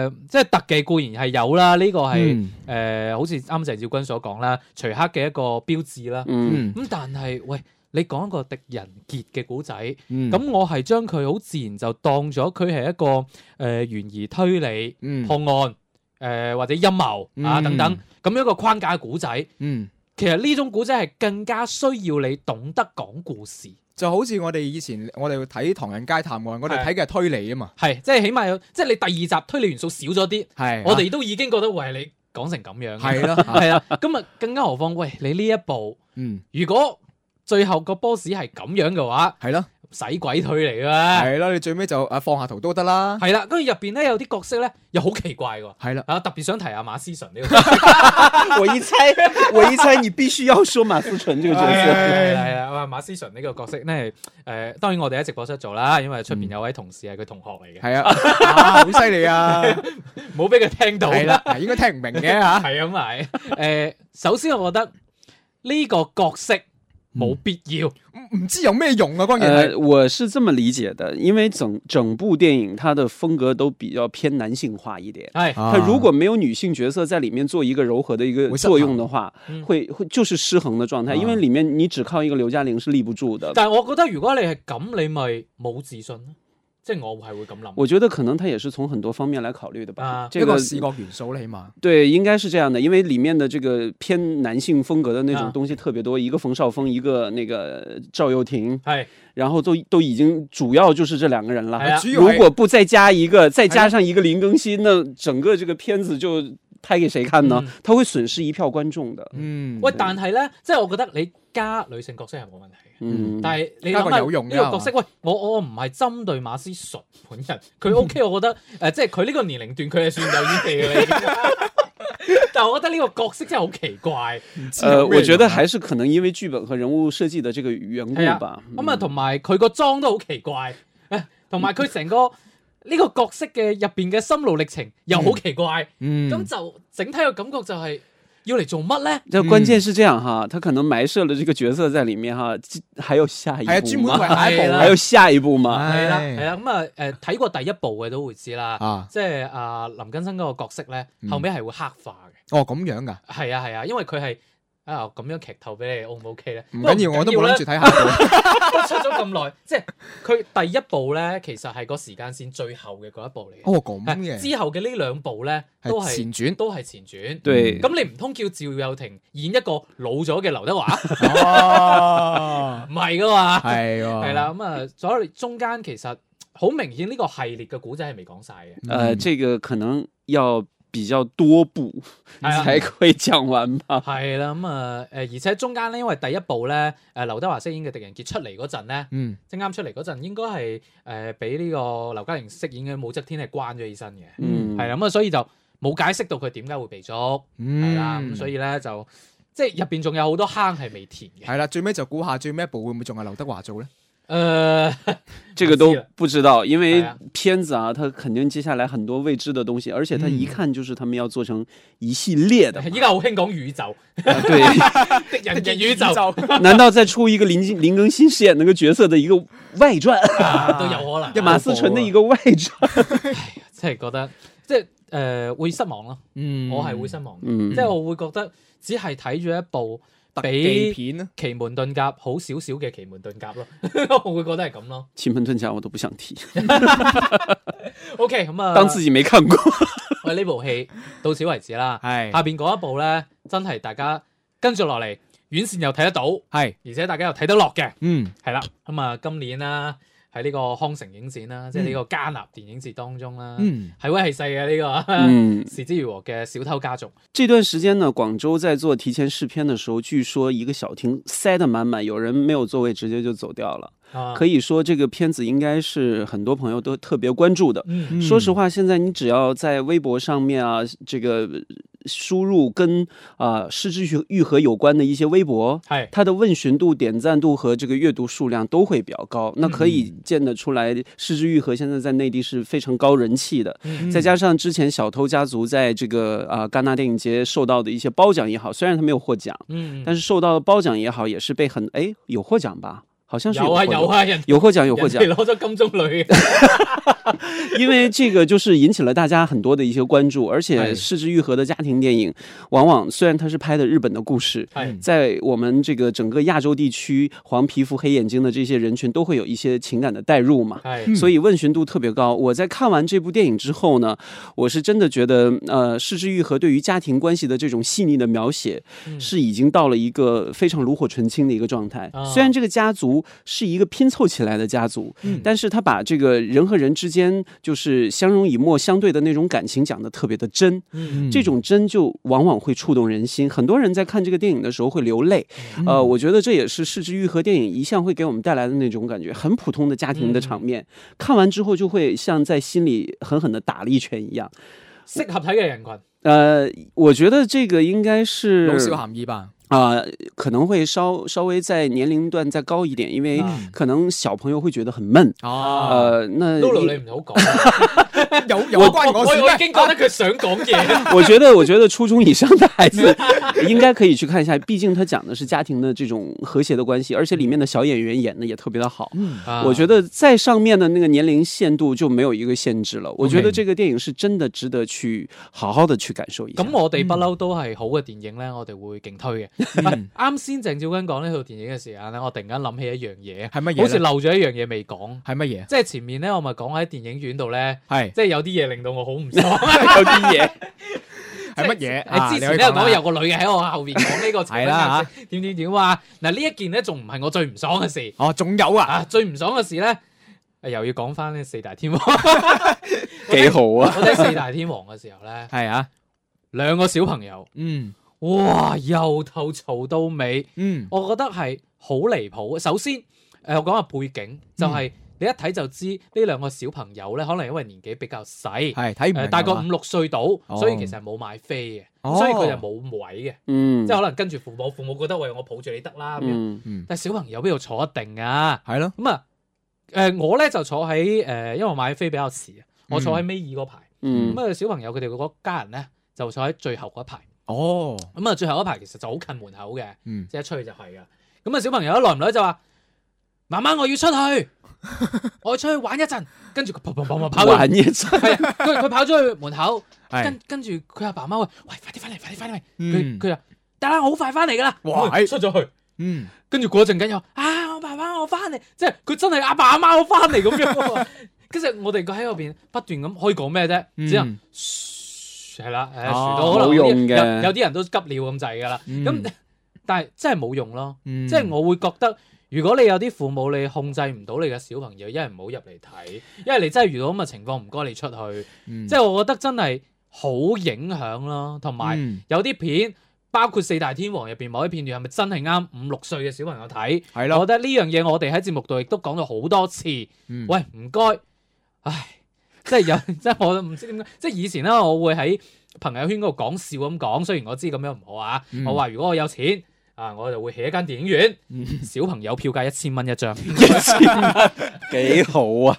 [SPEAKER 3] 誒、即係特技固然係有啦，呢、個係誒、
[SPEAKER 4] 嗯
[SPEAKER 3] 好似啱鄭少君所講啦，徐克嘅一個標誌啦。咁、
[SPEAKER 5] 嗯，
[SPEAKER 3] 但係，喂，你講一個狄仁傑嘅古仔，咁、
[SPEAKER 4] 嗯
[SPEAKER 3] 我係將佢好自然就當咗佢係一個誒、呃、懸疑推理、
[SPEAKER 4] 嗯
[SPEAKER 3] 破案、誒、或者陰謀啊
[SPEAKER 4] 嗯
[SPEAKER 3] 等等咁樣一個框架嘅古仔。
[SPEAKER 4] 嗯，
[SPEAKER 3] 其實呢種古仔係更加需要你懂得講故事。
[SPEAKER 4] 就好似我哋以前我哋睇《唐人街探案》，我哋睇嘅係推理啊嘛。
[SPEAKER 3] 係，即係起碼有，即係你第二集推理元素少咗啲，
[SPEAKER 4] 係啊
[SPEAKER 3] 我哋都已經覺得喂你講成咁樣，
[SPEAKER 4] 係啦。
[SPEAKER 3] 係啦，咁啊更加何況喂你呢一步，
[SPEAKER 4] 嗯，
[SPEAKER 3] 如果最後個 boss 係咁樣嘅話，
[SPEAKER 4] 係咯，
[SPEAKER 3] 使鬼推嚟啦，
[SPEAKER 4] 係咯，你最尾就啊放下圖都得啦。
[SPEAKER 3] 係啦，跟住入邊咧有啲角色咧又好奇怪 喎。
[SPEAKER 4] 係啦，
[SPEAKER 3] 啊！特別想提下馬思純呢個角色，
[SPEAKER 5] 我一猜，我一猜你必须要说马思纯这个角
[SPEAKER 3] 哎
[SPEAKER 5] 色。哎
[SPEAKER 3] 係啦係啦，哇！馬思純呢個角色咧，誒、呃、當然我哋喺直播室做啦，因為出
[SPEAKER 4] 嗯
[SPEAKER 3] 邊有位同事係佢同學嚟嘅，
[SPEAKER 4] 係啊， 啊好犀利啊！
[SPEAKER 3] 唔好俾佢聽到。
[SPEAKER 4] 係啦，應該聽唔明嘅嚇。
[SPEAKER 3] 系咁咪啊誒，首先我覺得呢個角色冇必要，
[SPEAKER 4] 唔唔知有咩用啊？關鍵係
[SPEAKER 5] 呃，我是这么理解的，因为整整部电影它的风格都比较偏男性化一点。
[SPEAKER 4] 嗯
[SPEAKER 3] 係
[SPEAKER 4] 啊
[SPEAKER 5] 它如果没有女性角色在里面做一个柔和的一个
[SPEAKER 4] 会失衡
[SPEAKER 5] 作用的话
[SPEAKER 3] 嗯，啊
[SPEAKER 5] 会会就是失衡的状态，因为里面你只靠一个刘嘉玲是立不住的。
[SPEAKER 3] 但係我覺得如果你係咁，你咪冇自信咯，即係我係會咁諗。
[SPEAKER 5] 我觉得可能他也是从很多方面来考虑的
[SPEAKER 3] 啊
[SPEAKER 5] 吧。
[SPEAKER 4] 一
[SPEAKER 5] 这
[SPEAKER 4] 個
[SPEAKER 5] 个
[SPEAKER 4] 視覺元素啦，起碼
[SPEAKER 5] 对，应该是这样的，因为里面的这个偏男性风格的那
[SPEAKER 3] 啊
[SPEAKER 5] 种东西特别多，一个冯绍峰，一个那个赵又廷，
[SPEAKER 3] 係
[SPEAKER 4] 嗯
[SPEAKER 5] 然后都都已经主要就是这两个人了。
[SPEAKER 3] 哎呀
[SPEAKER 4] 主要
[SPEAKER 5] 如
[SPEAKER 4] 係
[SPEAKER 5] 果不再加一个，再
[SPEAKER 4] 哎
[SPEAKER 5] 加
[SPEAKER 4] 呀
[SPEAKER 5] 上一个林更新，那整个这个片子就拍给谁看呢
[SPEAKER 3] 嗯？
[SPEAKER 5] 他会损失一票观众的。
[SPEAKER 4] 嗯
[SPEAKER 3] 喂，但係咧，即係我覺得你加女性角色係冇問題嘅。
[SPEAKER 5] 嗯，
[SPEAKER 3] 但係你
[SPEAKER 4] 加
[SPEAKER 3] 諗
[SPEAKER 4] 個
[SPEAKER 3] 下
[SPEAKER 4] 有用㗎
[SPEAKER 3] 呢個角色，喂，我我唔係針對馬思純本人，佢 OK，我覺得誒、即係佢呢個年齡段，佢係算有演技嘅啦已 經。但係我覺得呢個角色真係好奇怪。
[SPEAKER 5] 呃，我
[SPEAKER 4] 啊
[SPEAKER 5] 觉得还是可能因为剧本和人物设计的这个缘故
[SPEAKER 3] 哎呀
[SPEAKER 5] 吧。嗯
[SPEAKER 3] 咁啊，同埋佢個妝都好奇怪， 誒同埋佢成 個呢個角色嘅入邊嘅心路歷程又好奇怪，咁、
[SPEAKER 4] 嗯
[SPEAKER 3] 就整體嘅感覺就係、要嚟做乜咧？
[SPEAKER 5] 这关键是这样哈，他可能埋设了这个角色在里面哈，这还有下一
[SPEAKER 4] 係啊，專
[SPEAKER 5] 步啊
[SPEAKER 4] 門為
[SPEAKER 5] 吗？
[SPEAKER 4] 下一
[SPEAKER 3] 係
[SPEAKER 4] 步
[SPEAKER 3] 啦
[SPEAKER 5] 还有下一步吗？
[SPEAKER 3] 係啦，係
[SPEAKER 4] 唉
[SPEAKER 3] 啦，咁啊，誒睇過第一部嘅都會知啦，
[SPEAKER 4] 啊，
[SPEAKER 3] 即係啊林更新嗰個角色咧，
[SPEAKER 4] 嗯
[SPEAKER 3] 後尾係會黑化嘅，
[SPEAKER 4] 哦咁樣噶，
[SPEAKER 3] 係啊係啊，因為佢係啊咁樣劇透俾你 O 唔 O K 咧？
[SPEAKER 4] 唔
[SPEAKER 3] 不過
[SPEAKER 4] 緊要，我都
[SPEAKER 3] 緊
[SPEAKER 4] 冇
[SPEAKER 3] 啦
[SPEAKER 4] 諗住睇下一步。啊
[SPEAKER 3] 都出咗咁耐，即係佢第一部咧，其實係個時間線最後嘅嗰一部嚟嘅。
[SPEAKER 4] 哦咁
[SPEAKER 3] 係
[SPEAKER 4] 嘅，
[SPEAKER 3] 之後嘅呢兩部咧，都
[SPEAKER 4] 係
[SPEAKER 3] 係
[SPEAKER 4] 前 傳。
[SPEAKER 3] 都係前傳。
[SPEAKER 5] 对，
[SPEAKER 3] 咁你唔通叫趙又廷演一個老咗嘅劉德華？
[SPEAKER 4] 哦，
[SPEAKER 3] 唔係噶嘛。
[SPEAKER 4] 係喎，
[SPEAKER 3] 係啦，咁啊，所以中間其實好明顯呢個系列嘅古仔係未講晒嘅。
[SPEAKER 4] 嗯，
[SPEAKER 5] 呃，这个可能要比较多步
[SPEAKER 3] 哎呀
[SPEAKER 5] 才会讲完吧。
[SPEAKER 3] 係啦，咁啊，誒，而且中間咧，因為第一部咧，誒劉德華飾演嘅狄仁傑出嚟嗰陣咧，
[SPEAKER 4] 嗯，
[SPEAKER 3] 即係啱出嚟嗰陣，應該係誒俾呢個劉嘉玲飾演嘅武則天係關咗起身嘅。
[SPEAKER 5] 嗯，
[SPEAKER 3] 係啦，咁啊，所以就冇解釋到佢點解會被捉，
[SPEAKER 4] 嗯
[SPEAKER 3] 係啦，咁所以咧就即係入邊仲有好多坑係未填嘅。
[SPEAKER 4] 係啦，最尾就估下最尾一步會唔會仲係劉德華做咧？
[SPEAKER 3] 誒
[SPEAKER 5] 这个都
[SPEAKER 3] 是
[SPEAKER 5] 不知道，因
[SPEAKER 3] 哎
[SPEAKER 5] 为
[SPEAKER 3] 呀
[SPEAKER 5] 片子啊，它肯定接下来很多未知的东西，而且它
[SPEAKER 4] 嗯
[SPEAKER 5] 一看就是他们要做成一系列的嘛。
[SPEAKER 3] 依家好興講宇宙，
[SPEAKER 5] 啊对，
[SPEAKER 3] 狄仁傑宇宙
[SPEAKER 5] 难道再出一个林林更新饰演那个角色的一个 外传，
[SPEAKER 3] 啊都有可能
[SPEAKER 4] 一，
[SPEAKER 5] 马思纯的一個外
[SPEAKER 3] 哦
[SPEAKER 5] 傳？
[SPEAKER 3] 即係覺得即係誒會失望咯，
[SPEAKER 4] 嗯，
[SPEAKER 3] 我係會失望，
[SPEAKER 5] 嗯
[SPEAKER 3] 即，係我會覺得只係睇住一部
[SPEAKER 4] 特技
[SPEAKER 3] 比
[SPEAKER 4] 片啊，
[SPEAKER 3] 奇門遁甲好少少嘅奇門遁甲咯， 我會覺得係咁咯。
[SPEAKER 5] 奇门遁甲我都不想提，
[SPEAKER 3] OK，咁啊，
[SPEAKER 5] 当自己没看过。
[SPEAKER 3] 喂呢部戲到此為止啦，
[SPEAKER 4] 係
[SPEAKER 3] 下邊嗰一部咧真係大家跟住落嚟，院線又睇得到。
[SPEAKER 4] 係，
[SPEAKER 3] 而且大家又睇得落嘅，
[SPEAKER 4] 嗯，
[SPEAKER 3] 係啦。咁啊，今年啦，喺呢個康城影展啦，即係呢個加納電影節當中啦，
[SPEAKER 4] 嗯，
[SPEAKER 3] 係威係勢嘅呢個。
[SPEAKER 5] 嗯，
[SPEAKER 3] 是枝裕和嘅《小偷家族》
[SPEAKER 5] 这段时间呢，广州在做提前试片的时候，据说一个小厅塞得满满，有人没有座位直接就走掉了。
[SPEAKER 3] 啊，
[SPEAKER 5] 可以说，这个片子应该是很多朋友都特别关注的。
[SPEAKER 3] 嗯，
[SPEAKER 5] 说实话，现在你只要在微博上面啊，这个输入跟啊《失之愈愈合》有关的一些微博。
[SPEAKER 3] 係
[SPEAKER 5] 它的问询度、点赞度和这个阅读数量都会比较高，那可以见得出来，《失之愈合》现在在内地是非常高人气的。
[SPEAKER 3] 嗯
[SPEAKER 5] 再加上之前《小偷家族》在这个啊、戛纳电影节受到的一些褒奖也好，虽然他没有获奖，
[SPEAKER 3] 嗯，
[SPEAKER 5] 但是受到的褒奖也好，也是被很哎有获奖吧？好像是
[SPEAKER 3] 有啊
[SPEAKER 5] 获
[SPEAKER 3] 有
[SPEAKER 5] 奖
[SPEAKER 3] 啊，人
[SPEAKER 5] 有获奖有获
[SPEAKER 3] 人
[SPEAKER 5] 奖
[SPEAKER 3] 哋，攞咗金鐘女嘅，
[SPEAKER 5] 因为这个就是引起了大家很多的一些关注，而且
[SPEAKER 4] 哎
[SPEAKER 5] 《失之愈合》的家庭电影，往往虽然它是拍的日本的故事。
[SPEAKER 3] 係
[SPEAKER 5] 在我们这个整个亚洲地区，黄皮肤、黑眼睛的这些人群都会有一些情感的代入嘛，
[SPEAKER 3] 係
[SPEAKER 5] 所以问询度特别高。我在看完这部电影之后呢，我是真的觉得，呃，《失之愈合》对于家庭关系的这种细腻的描写，
[SPEAKER 3] 嗯
[SPEAKER 5] 是已经到了一个非常炉火纯青的一个状态
[SPEAKER 3] 啊。
[SPEAKER 5] 虽然这个家族是一个拼凑起来的家族，
[SPEAKER 3] 嗯
[SPEAKER 5] 但是他把这个人和人之间就是相濡以沫、相对的那种感情讲得特别的真，
[SPEAKER 3] 嗯
[SPEAKER 5] 这种真就往往会触动人心。很多人在看这个电影的时候会流泪，
[SPEAKER 4] 嗯
[SPEAKER 5] 呃，我觉得这也是《失之愈合》电影一向会给我们带来的那种感觉，很普通的家
[SPEAKER 4] 嗯
[SPEAKER 5] 庭的场面，看完之后就会像在心里狠狠的打了一拳一样。
[SPEAKER 3] 適合睇嘅人群，
[SPEAKER 5] 呃，我觉得这个应该是
[SPEAKER 4] 老少咸宜吧，
[SPEAKER 5] 啊、可能会稍稍微在年龄段再高一点，因为
[SPEAKER 4] 嗯
[SPEAKER 3] 啊
[SPEAKER 5] 可能小朋友会觉得很闷。
[SPEAKER 4] 哦，
[SPEAKER 5] 呃，那
[SPEAKER 3] Lulu 你唔好講，
[SPEAKER 4] 有有關
[SPEAKER 3] 我
[SPEAKER 4] 我事
[SPEAKER 3] 我已
[SPEAKER 4] 咩？
[SPEAKER 3] 經覺得佢想講 嘢，
[SPEAKER 5] 我觉得，我觉得初中以上的孩子应该可以去看一下，毕竟他讲的是家庭的这种和谐的关系，而且里面的小演员演的也特别的好。
[SPEAKER 3] 嗯
[SPEAKER 5] 我
[SPEAKER 3] 得
[SPEAKER 5] 觉得在上面的那个年龄限度就没有一个限制了。我觉得这个电影是真的值得去好好的去感受一下
[SPEAKER 3] 咁。我哋不嬲都係好嘅電影咧，我哋會勁推嘅。喂 啱先鄭照君講呢套電影嘅時間咧，我突然間諗起一樣嘢，
[SPEAKER 4] 係乜
[SPEAKER 3] 好似
[SPEAKER 4] 嘢呢？
[SPEAKER 3] 漏咗一樣嘢未講，
[SPEAKER 4] 係乜嘢？
[SPEAKER 3] 即係前面咧我咪講喺電影院度咧，
[SPEAKER 4] 係
[SPEAKER 3] 即係有啲嘢令到我好唔爽。
[SPEAKER 5] 有啲嘢，
[SPEAKER 4] 係乜嘢？
[SPEAKER 3] 誒
[SPEAKER 4] 啊
[SPEAKER 3] 之
[SPEAKER 4] 你
[SPEAKER 3] 前
[SPEAKER 4] 可以
[SPEAKER 3] 咧
[SPEAKER 4] 講啦
[SPEAKER 3] 講有個女嘅喺我後邊講 呢個
[SPEAKER 4] 係啦啊
[SPEAKER 3] 情況點點點話，嗱啊呢一件咧仲唔係我最唔爽嘅事
[SPEAKER 4] 哦，仲有啊，
[SPEAKER 3] 啊！最唔爽嘅事咧，誒又要講翻呢四大天 王。
[SPEAKER 5] 几好
[SPEAKER 3] 我
[SPEAKER 5] 啊！
[SPEAKER 3] 睇四大天王嘅時候咧，
[SPEAKER 4] 係啊，
[SPEAKER 3] 兩個小朋友，
[SPEAKER 4] 嗯
[SPEAKER 3] 哇由頭嘈到尾。
[SPEAKER 4] 嗯，
[SPEAKER 3] 我覺得係好離譜。首先，誒、我講下背景，就
[SPEAKER 4] 嗯
[SPEAKER 3] 係、你一睇就知呢兩個小朋友咧，可能因為年紀比較細，誒、
[SPEAKER 4] 係睇唔明
[SPEAKER 3] 大概
[SPEAKER 4] 啊
[SPEAKER 3] 五六歲到，
[SPEAKER 4] 哦
[SPEAKER 3] 所以其實係冇買飛嘅，
[SPEAKER 4] 哦
[SPEAKER 3] 所以佢就冇位嘅，
[SPEAKER 5] 嗯
[SPEAKER 3] 即係可能跟住父母，父母覺得喂我抱住你得啦咁樣，
[SPEAKER 5] 嗯
[SPEAKER 4] 嗯，
[SPEAKER 3] 但係小朋友邊度坐得定啊？
[SPEAKER 4] 係咯，
[SPEAKER 3] 咁啊，誒、我咧就坐喺誒、因為我買飛比較遲啊，我坐喺尾二嗰排，咁
[SPEAKER 5] 嗯
[SPEAKER 3] 啊、小朋友佢哋嗰家人咧就坐喺最後嗰排，
[SPEAKER 4] 哦，
[SPEAKER 3] 咁啊，最後一排其實就好近門口嘅，
[SPEAKER 4] 嗯，
[SPEAKER 3] 即係一出去就係噶。咁啊，小朋友一耐唔耐就話：媽媽，我要出 去，我要出去玩一陣。跟住佢砰砰砰砰跑咗
[SPEAKER 5] 玩一 陣，
[SPEAKER 3] 係啊，佢佢跑咗去門口，
[SPEAKER 4] 係
[SPEAKER 3] 跟跟住佢阿爸媽話：喂，快啲翻嚟，快啲翻嚟！佢
[SPEAKER 4] 嗯
[SPEAKER 3] 佢話：得啦，我好快翻嚟噶啦。
[SPEAKER 4] 哇哎
[SPEAKER 3] 佢出咗去，
[SPEAKER 4] 嗯，
[SPEAKER 3] 跟住嗰陣間又啊，我爸爸我翻嚟，即係佢真係阿爸阿媽我翻嚟咁樣喎。 跟住我哋個喺入邊不斷咁可以講咩啫，只能
[SPEAKER 4] 嗯
[SPEAKER 3] 噓係啦，誒
[SPEAKER 4] 哦
[SPEAKER 3] 噓到可能
[SPEAKER 5] 冇
[SPEAKER 3] 有啲
[SPEAKER 5] 用嘅
[SPEAKER 3] 有有啲人都急尿咁滯㗎啦。
[SPEAKER 4] 嗯
[SPEAKER 3] 咁但係真係冇用咯，
[SPEAKER 4] 嗯
[SPEAKER 3] 即係我會覺得。如果你有啲父母你控制唔到你嘅小朋友，一係唔好入嚟睇，一係你真係遇到咁嘅情況，唔該你出去。
[SPEAKER 4] 嗯
[SPEAKER 3] 即係我覺得真係好影響咯，同埋
[SPEAKER 4] 嗯
[SPEAKER 3] 有啲片，包括四大天王入邊某啲片段，係咪真係啱五六歲嘅小朋友睇？
[SPEAKER 4] 係
[SPEAKER 3] 我覺
[SPEAKER 4] 咯，
[SPEAKER 3] 得呢樣嘢我哋喺節目度亦都講咗好多次。
[SPEAKER 4] 嗯
[SPEAKER 3] 喂，唔該，唉，即係有， 即係我唔知點解，即係以前咧，我會喺朋友圈嗰度講笑咁講，雖然我知咁樣唔好啊，
[SPEAKER 4] 嗯
[SPEAKER 3] 我話如果我有錢。啊！我就會起一間電影院，小朋友票價一千蚊一張，
[SPEAKER 5] 幾好啊！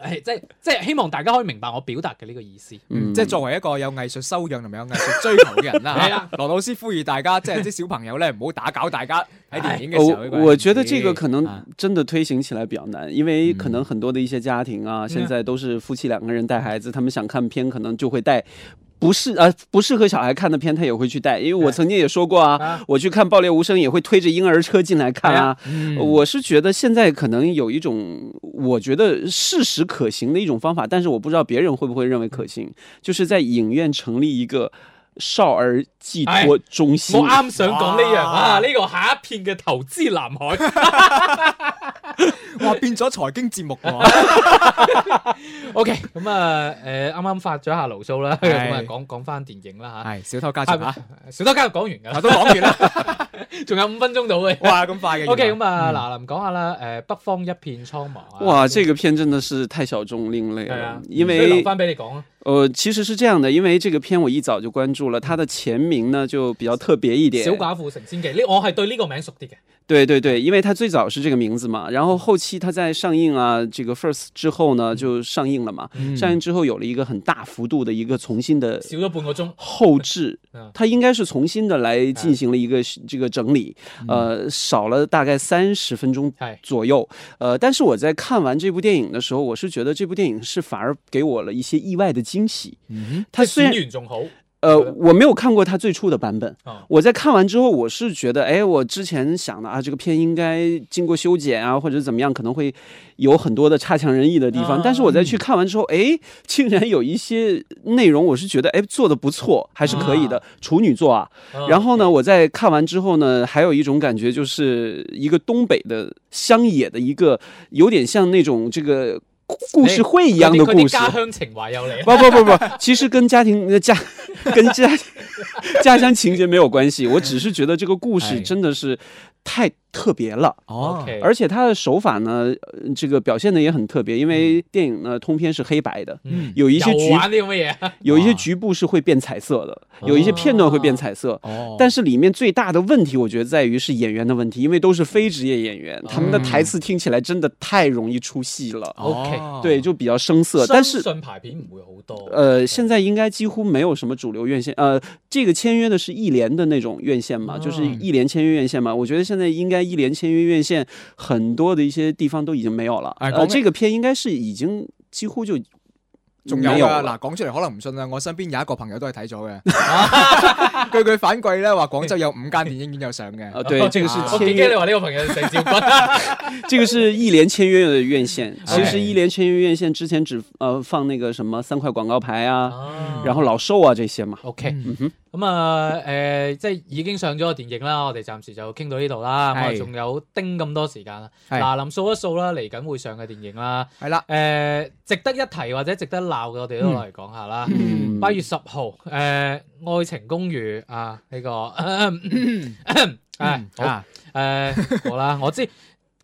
[SPEAKER 3] 唉即係即係希望大家可以明白我表達嘅呢個意思。
[SPEAKER 5] 嗯
[SPEAKER 4] 即係作為一個有藝術修養同埋有藝術追求嘅人
[SPEAKER 3] 係
[SPEAKER 4] 啦
[SPEAKER 3] 啊，
[SPEAKER 4] 羅老師呼籲大家，即係啲小朋友咧唔好打攪大家喺電 影嘅時候呢個
[SPEAKER 5] 呃我
[SPEAKER 4] 係。
[SPEAKER 5] 我觉得这个可
[SPEAKER 4] 啊
[SPEAKER 5] 能真的推行起来比较难，因为可
[SPEAKER 4] 嗯
[SPEAKER 5] 能很多的一些家庭啊，
[SPEAKER 3] 嗯
[SPEAKER 5] 现在都是夫妻两个人带孩子，他们想看片，可能就会带。不适呃不适合小孩看的片，他也会去带，因为我
[SPEAKER 3] 对
[SPEAKER 5] 曾经也说过啊
[SPEAKER 3] 啊，哎
[SPEAKER 5] 我去看《爆裂无声》也会推着婴儿车进来看啊。
[SPEAKER 3] 嗯
[SPEAKER 4] 嗯
[SPEAKER 5] 我是觉得现在可能有一种，我觉得事实可行的一种方法，但是我不知道别人会不会认为
[SPEAKER 3] 嗯
[SPEAKER 5] 可行，就是在影院成立一个少儿寄
[SPEAKER 3] 哎
[SPEAKER 5] 托中心。
[SPEAKER 3] 我啱想講呢樣
[SPEAKER 4] 哇
[SPEAKER 3] 啊，呢個下一片嘅投資南海。
[SPEAKER 4] 哇變咗財經節目喎，
[SPEAKER 3] OK，咁啊，誒啱啱發咗下牢騷啦，
[SPEAKER 4] 係
[SPEAKER 3] 咁啊講講翻電影啦
[SPEAKER 4] 係小偷家
[SPEAKER 3] 嚇。
[SPEAKER 4] 族啊，
[SPEAKER 3] 小偷家族講完㗎
[SPEAKER 4] 我
[SPEAKER 3] 啦，
[SPEAKER 4] 都講完 啦，
[SPEAKER 3] 仲有五分鐘到嘅。
[SPEAKER 4] 哇咁快嘅原來。
[SPEAKER 3] OK，咁啊，嗱，林講下啦，誒北方一片蒼茫啊。
[SPEAKER 5] 嗯哇，嗯这个片真的是太小众另类
[SPEAKER 3] 係啊
[SPEAKER 5] 了，，因
[SPEAKER 3] 所以
[SPEAKER 5] 为
[SPEAKER 3] 留翻俾你講啊。
[SPEAKER 5] 呃，其实是这样的，因为这个片我一早就关注了，它的前名呢就比较特别一点
[SPEAKER 3] 小，寡婦成千記，呢我係對呢個名熟啲嘅。
[SPEAKER 5] 对对对，因为它最早是这个名字嘛，然后后期它在上映啊，这个 First 之后
[SPEAKER 3] 嗯
[SPEAKER 5] 呢就上映了嘛，上映之后有了一个很大幅度的一个重新的
[SPEAKER 3] 少咗半個鐘，
[SPEAKER 5] 后置
[SPEAKER 3] 嗯，
[SPEAKER 5] 它应该是重新的来进行了一个这个整理，呃，少了大概三十分钟
[SPEAKER 3] 係
[SPEAKER 5] 左右。呃，但是我在看完这部电影的时候，我是觉得这部电影是反而给我了一些意外的惊喜。
[SPEAKER 4] 嗯
[SPEAKER 5] 它
[SPEAKER 3] 即
[SPEAKER 5] 虽
[SPEAKER 3] 係
[SPEAKER 5] 然
[SPEAKER 3] 演完仲好。
[SPEAKER 5] 呃，我没有看过它最初的版本。
[SPEAKER 3] 哦
[SPEAKER 5] 我在看完之后，我是觉得，哎，我之前想的啊，这个片应该经过修剪啊，或者怎么样，可能会有很多的差强人意的地方。
[SPEAKER 3] 啊
[SPEAKER 5] 但是我在去看完之后，哎，竟然有一些内容，我是觉得，哎，做的不错，还是可以的。处女座啊，然后呢，我在看完之后呢，还有一种感觉，就是一个东北的乡野的一个，有点像那种这个故故事哎会一样的
[SPEAKER 3] 佢啲
[SPEAKER 5] 故事。
[SPEAKER 3] 家鄉情懷有你。
[SPEAKER 5] 不不不不，其实跟家庭呃家跟家家乡情节没有关系，我只是觉得这个故
[SPEAKER 4] 哎
[SPEAKER 5] 事真的是太特别了，
[SPEAKER 4] 哦
[SPEAKER 3] OK
[SPEAKER 5] 而且它的手法呢，呃这个表现的也很特别，因为电影呢通篇是黑白的。
[SPEAKER 3] 嗯
[SPEAKER 5] 有一些
[SPEAKER 3] 又
[SPEAKER 5] 局，
[SPEAKER 3] 玩啲咁嘅嘢。啊
[SPEAKER 5] 有一些
[SPEAKER 4] 哇
[SPEAKER 5] 局部是会变彩色的，有一些片段会变彩色，
[SPEAKER 4] 哦
[SPEAKER 5] 但是里面最大的问题，我觉得在于是演员的问题，因为都是非职业演员，他们的台词听起来真的太容易出戏了，
[SPEAKER 4] 哦
[SPEAKER 5] 对，就比较生涩。但是
[SPEAKER 3] 信牌片唔會好多。
[SPEAKER 5] 呃，现在应该几乎没有什么主流院线。呃，这个签约的是一联的那种院线嘛，就是
[SPEAKER 3] 嗯
[SPEAKER 5] 一联签约院线嘛。我觉得现在应该一联签约院线很多的一些地方都已经没有了。
[SPEAKER 4] 哎
[SPEAKER 5] 呃，
[SPEAKER 4] 刚
[SPEAKER 5] 这个片应该是已经几乎就
[SPEAKER 4] 仲有
[SPEAKER 5] 没有
[SPEAKER 4] 㗎，
[SPEAKER 5] 了。
[SPEAKER 4] 嗯嗱講出嚟可能唔信啦，啊我身邊有一個朋友都係睇咗 嘅，據佢反饋咧話廣州有五間電影院有上嘅，
[SPEAKER 5] 呃，
[SPEAKER 3] 哦
[SPEAKER 5] 对，这个是
[SPEAKER 4] 啊
[SPEAKER 3] 我
[SPEAKER 5] 签
[SPEAKER 3] 幾驚你
[SPEAKER 5] 约，
[SPEAKER 3] 話呢個朋友成兆君。
[SPEAKER 5] 这个是一联签约的院线。其
[SPEAKER 4] 哎
[SPEAKER 5] 实一联签约院线之前只呃放那个什么三块广告牌啊，
[SPEAKER 3] 啊
[SPEAKER 5] 然后老寿啊这些嘛。
[SPEAKER 3] OK，咁
[SPEAKER 4] 嗯
[SPEAKER 3] 啊，誒，即係已經上咗個電影啦，我哋暫時就傾到呢度啦。
[SPEAKER 4] 係
[SPEAKER 3] 我哋仲有丁咁多時間啦，
[SPEAKER 4] 係
[SPEAKER 3] 嗱，臨數一數啦，嚟緊會上嘅電影啦。
[SPEAKER 4] 係啦，
[SPEAKER 3] 誒，值得一提或者值得鬧嘅，我哋都攞嚟講下啦。
[SPEAKER 5] 嗯
[SPEAKER 3] 八月十號，誒，《愛情公寓》啊，呢個， 誒，好，
[SPEAKER 4] 嗯
[SPEAKER 3] 呃
[SPEAKER 4] 啊
[SPEAKER 3] 誒，好啦， 我知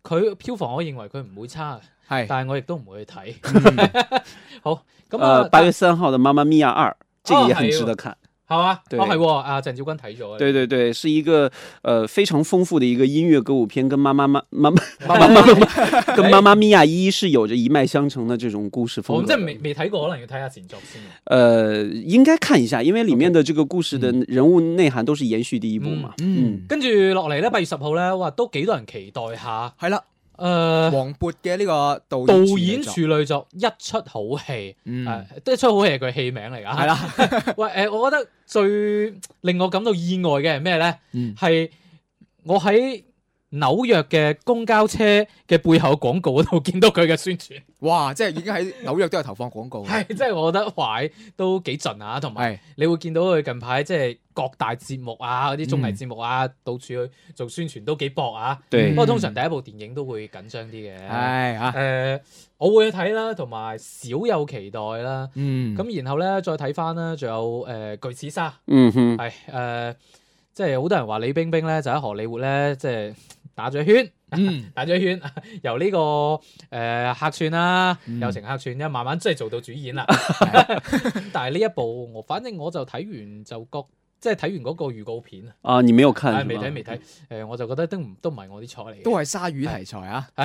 [SPEAKER 3] 佢票房，我認為佢唔會差，
[SPEAKER 4] 係
[SPEAKER 3] 但係我亦都唔會去 睇。
[SPEAKER 4] 嗯
[SPEAKER 3] 好，咁
[SPEAKER 5] 呃
[SPEAKER 3] 啊，，
[SPEAKER 4] 呃
[SPEAKER 5] 八月三号的《妈妈咪呀二》，这
[SPEAKER 3] 哦
[SPEAKER 5] 个也很
[SPEAKER 3] 还有
[SPEAKER 5] 值得看。
[SPEAKER 3] 係嘛？
[SPEAKER 5] 對
[SPEAKER 3] 哦係喎，阿鄭少君睇咗嘅。
[SPEAKER 5] 对对对，是一个呃非常丰富的一个音乐歌舞片，跟妈妈妈妈妈哎
[SPEAKER 3] 媽媽
[SPEAKER 5] 跟妈妈咪呀一是有着一脉相承哦的这种故事
[SPEAKER 3] 我
[SPEAKER 5] 风
[SPEAKER 3] 即
[SPEAKER 5] 格
[SPEAKER 3] 係
[SPEAKER 5] 的。
[SPEAKER 3] 未未睇過，可能要睇下前作先。
[SPEAKER 5] 呃，应该看一下，因为里面的这个故事的人物内涵都是延续第一部嘛。嗯，
[SPEAKER 3] 跟住落嚟咧，八月十號咧，哇，都幾多人期待下。
[SPEAKER 4] 系啦，
[SPEAKER 3] 誒、
[SPEAKER 4] 黃渤嘅呢個導
[SPEAKER 3] 導
[SPEAKER 4] 嗯演
[SPEAKER 3] 演
[SPEAKER 4] 處女作
[SPEAKER 3] 處女作一出好戲，
[SPEAKER 4] 嗯
[SPEAKER 3] 誒一出好戲係佢戲名嚟㗎。
[SPEAKER 4] 係啦，
[SPEAKER 3] 喂誒、我覺得最令我感到意外嘅係咩咧？
[SPEAKER 4] 嗯
[SPEAKER 3] 係、我喺紐約嘅公交車嘅背後嘅廣告嗰度見到佢嘅宣傳，
[SPEAKER 4] 哇，即係已經喺紐約都有投放廣告，
[SPEAKER 3] 係即係我覺得懷都幾盡啊，同埋
[SPEAKER 4] 哦係
[SPEAKER 3] 你會見到佢近排即係各大節目啊、嗰啲綜
[SPEAKER 4] 嗯
[SPEAKER 3] 藝節目啊，到處去做宣傳都幾搏啊。
[SPEAKER 5] 对
[SPEAKER 3] 不過通常第一部電影都會緊張啲嘅。
[SPEAKER 4] 嗯係
[SPEAKER 3] 誒、
[SPEAKER 4] 啊，
[SPEAKER 3] 我會去睇啦，同埋少有期待啦。
[SPEAKER 4] 嗯，
[SPEAKER 3] 咁、 然後咧，再睇翻啦，仲有誒、呃巨齒鯊，
[SPEAKER 5] 嗯哼，
[SPEAKER 3] 係誒、呃即係好多人話李冰冰咧就喺荷里活咧，即係打咗一圈，
[SPEAKER 4] 嗯
[SPEAKER 3] 打咗一圈， 由呢、個誒、呃客串啦，
[SPEAKER 4] 嗯
[SPEAKER 3] 友情客串咧，慢慢即係做到主 演啦。 但係呢一部，我反正我就睇完就覺，即係睇完嗰個預告片啊，
[SPEAKER 5] 啊，你没有看
[SPEAKER 3] 唉
[SPEAKER 5] 是
[SPEAKER 3] 未
[SPEAKER 5] 吧？
[SPEAKER 3] 睇未睇，誒、呃我就覺得都唔都唔係我啲菜嚟
[SPEAKER 4] 都
[SPEAKER 3] 嘅。
[SPEAKER 4] 係鯊魚題材啊，
[SPEAKER 3] 咁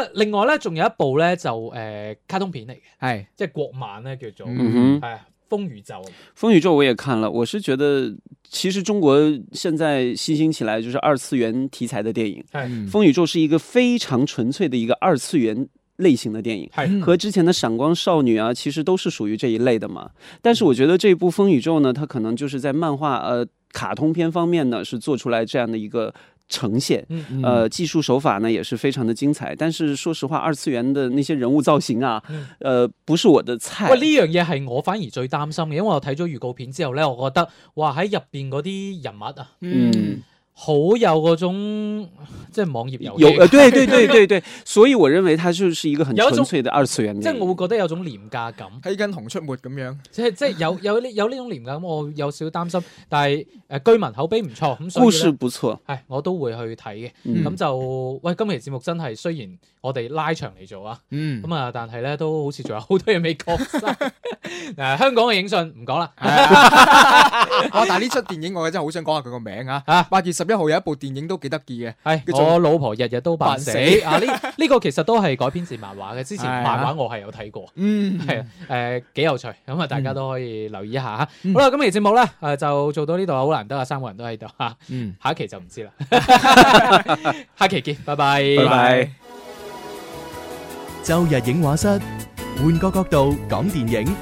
[SPEAKER 3] 啊，另外咧，仲有一部咧就誒、呃卡通片嚟嘅。
[SPEAKER 4] 係
[SPEAKER 3] 即係國漫咧叫做，係、啊
[SPEAKER 4] 嗯
[SPEAKER 5] 嗯哼，
[SPEAKER 3] 風雨咒，
[SPEAKER 5] 风宇宙我也看了，我是觉得其实中国现在新兴起来就是二次元题材的电影，
[SPEAKER 3] 係
[SPEAKER 5] 风宇宙是一个非常纯粹的一个二次元类型的电影。
[SPEAKER 3] 係
[SPEAKER 5] 和之前的《闪光少女》啊，其实都是属于这一类的嘛。但是我觉得这部《风宇宙》呢，它可能就是在漫画呃卡通片方面呢，是做出来这样的一个呈现。
[SPEAKER 3] 嗯
[SPEAKER 5] 呃，技术手法呢也是非常的精彩，但是说实话，二次元的那些人物造型啊，呃，不是我的菜
[SPEAKER 3] 喂，。呢樣嘢係我反而最擔心嘅，因為我睇咗預告片之後咧，我覺得哇喺入邊嗰啲人物啊，
[SPEAKER 5] 嗯，
[SPEAKER 3] 好有嗰種即係網頁遊戲
[SPEAKER 5] 有呃，对对对对对，所以我认为它就是一个很
[SPEAKER 3] 有一种
[SPEAKER 5] 纯粹的二次元
[SPEAKER 3] 即
[SPEAKER 5] 电
[SPEAKER 3] 係
[SPEAKER 5] 影。
[SPEAKER 3] 我會覺得有種廉價感，
[SPEAKER 4] 睇緊熊出沒咁樣，
[SPEAKER 3] 即係即係有有呢有呢種廉價感，我有少少擔心。但係誒、呃居民口碑唔錯，咁所以
[SPEAKER 5] 故
[SPEAKER 3] 呢
[SPEAKER 5] 事不错，
[SPEAKER 3] 係我都會去睇嘅。
[SPEAKER 5] 嗯
[SPEAKER 3] 咁就喂，今期節目真係雖然我哋拉長嚟做啊，
[SPEAKER 4] 嗯，
[SPEAKER 3] 咁啊，但係咧都好似仲有好多嘢未講晒。誒，香港嘅影訊唔講啦。
[SPEAKER 4] 啊，但係呢出電影我真係好想講下佢個名
[SPEAKER 3] 啊
[SPEAKER 4] 啊，八月十一號有一部電影都幾得意嘅，
[SPEAKER 3] 係
[SPEAKER 4] 繼續
[SPEAKER 3] 我老婆日日都扮死
[SPEAKER 4] 扮死
[SPEAKER 3] 啊！呢呢個其實都係改編自漫畫嘅，之前
[SPEAKER 4] 係啊
[SPEAKER 3] 漫畫我係有睇過，
[SPEAKER 4] 嗯，
[SPEAKER 3] 係啊誒幾有趣，咁啊大家都可以留意一下嚇。好啦，今期節目咧誒就做到呢度啦，好難得啊，三個人都喺度嚇，
[SPEAKER 4] 嗯，
[SPEAKER 3] 下一期就唔知啦，下期見，拜拜，
[SPEAKER 5] 拜拜。
[SPEAKER 2] 周日影画室，換個角度講電影。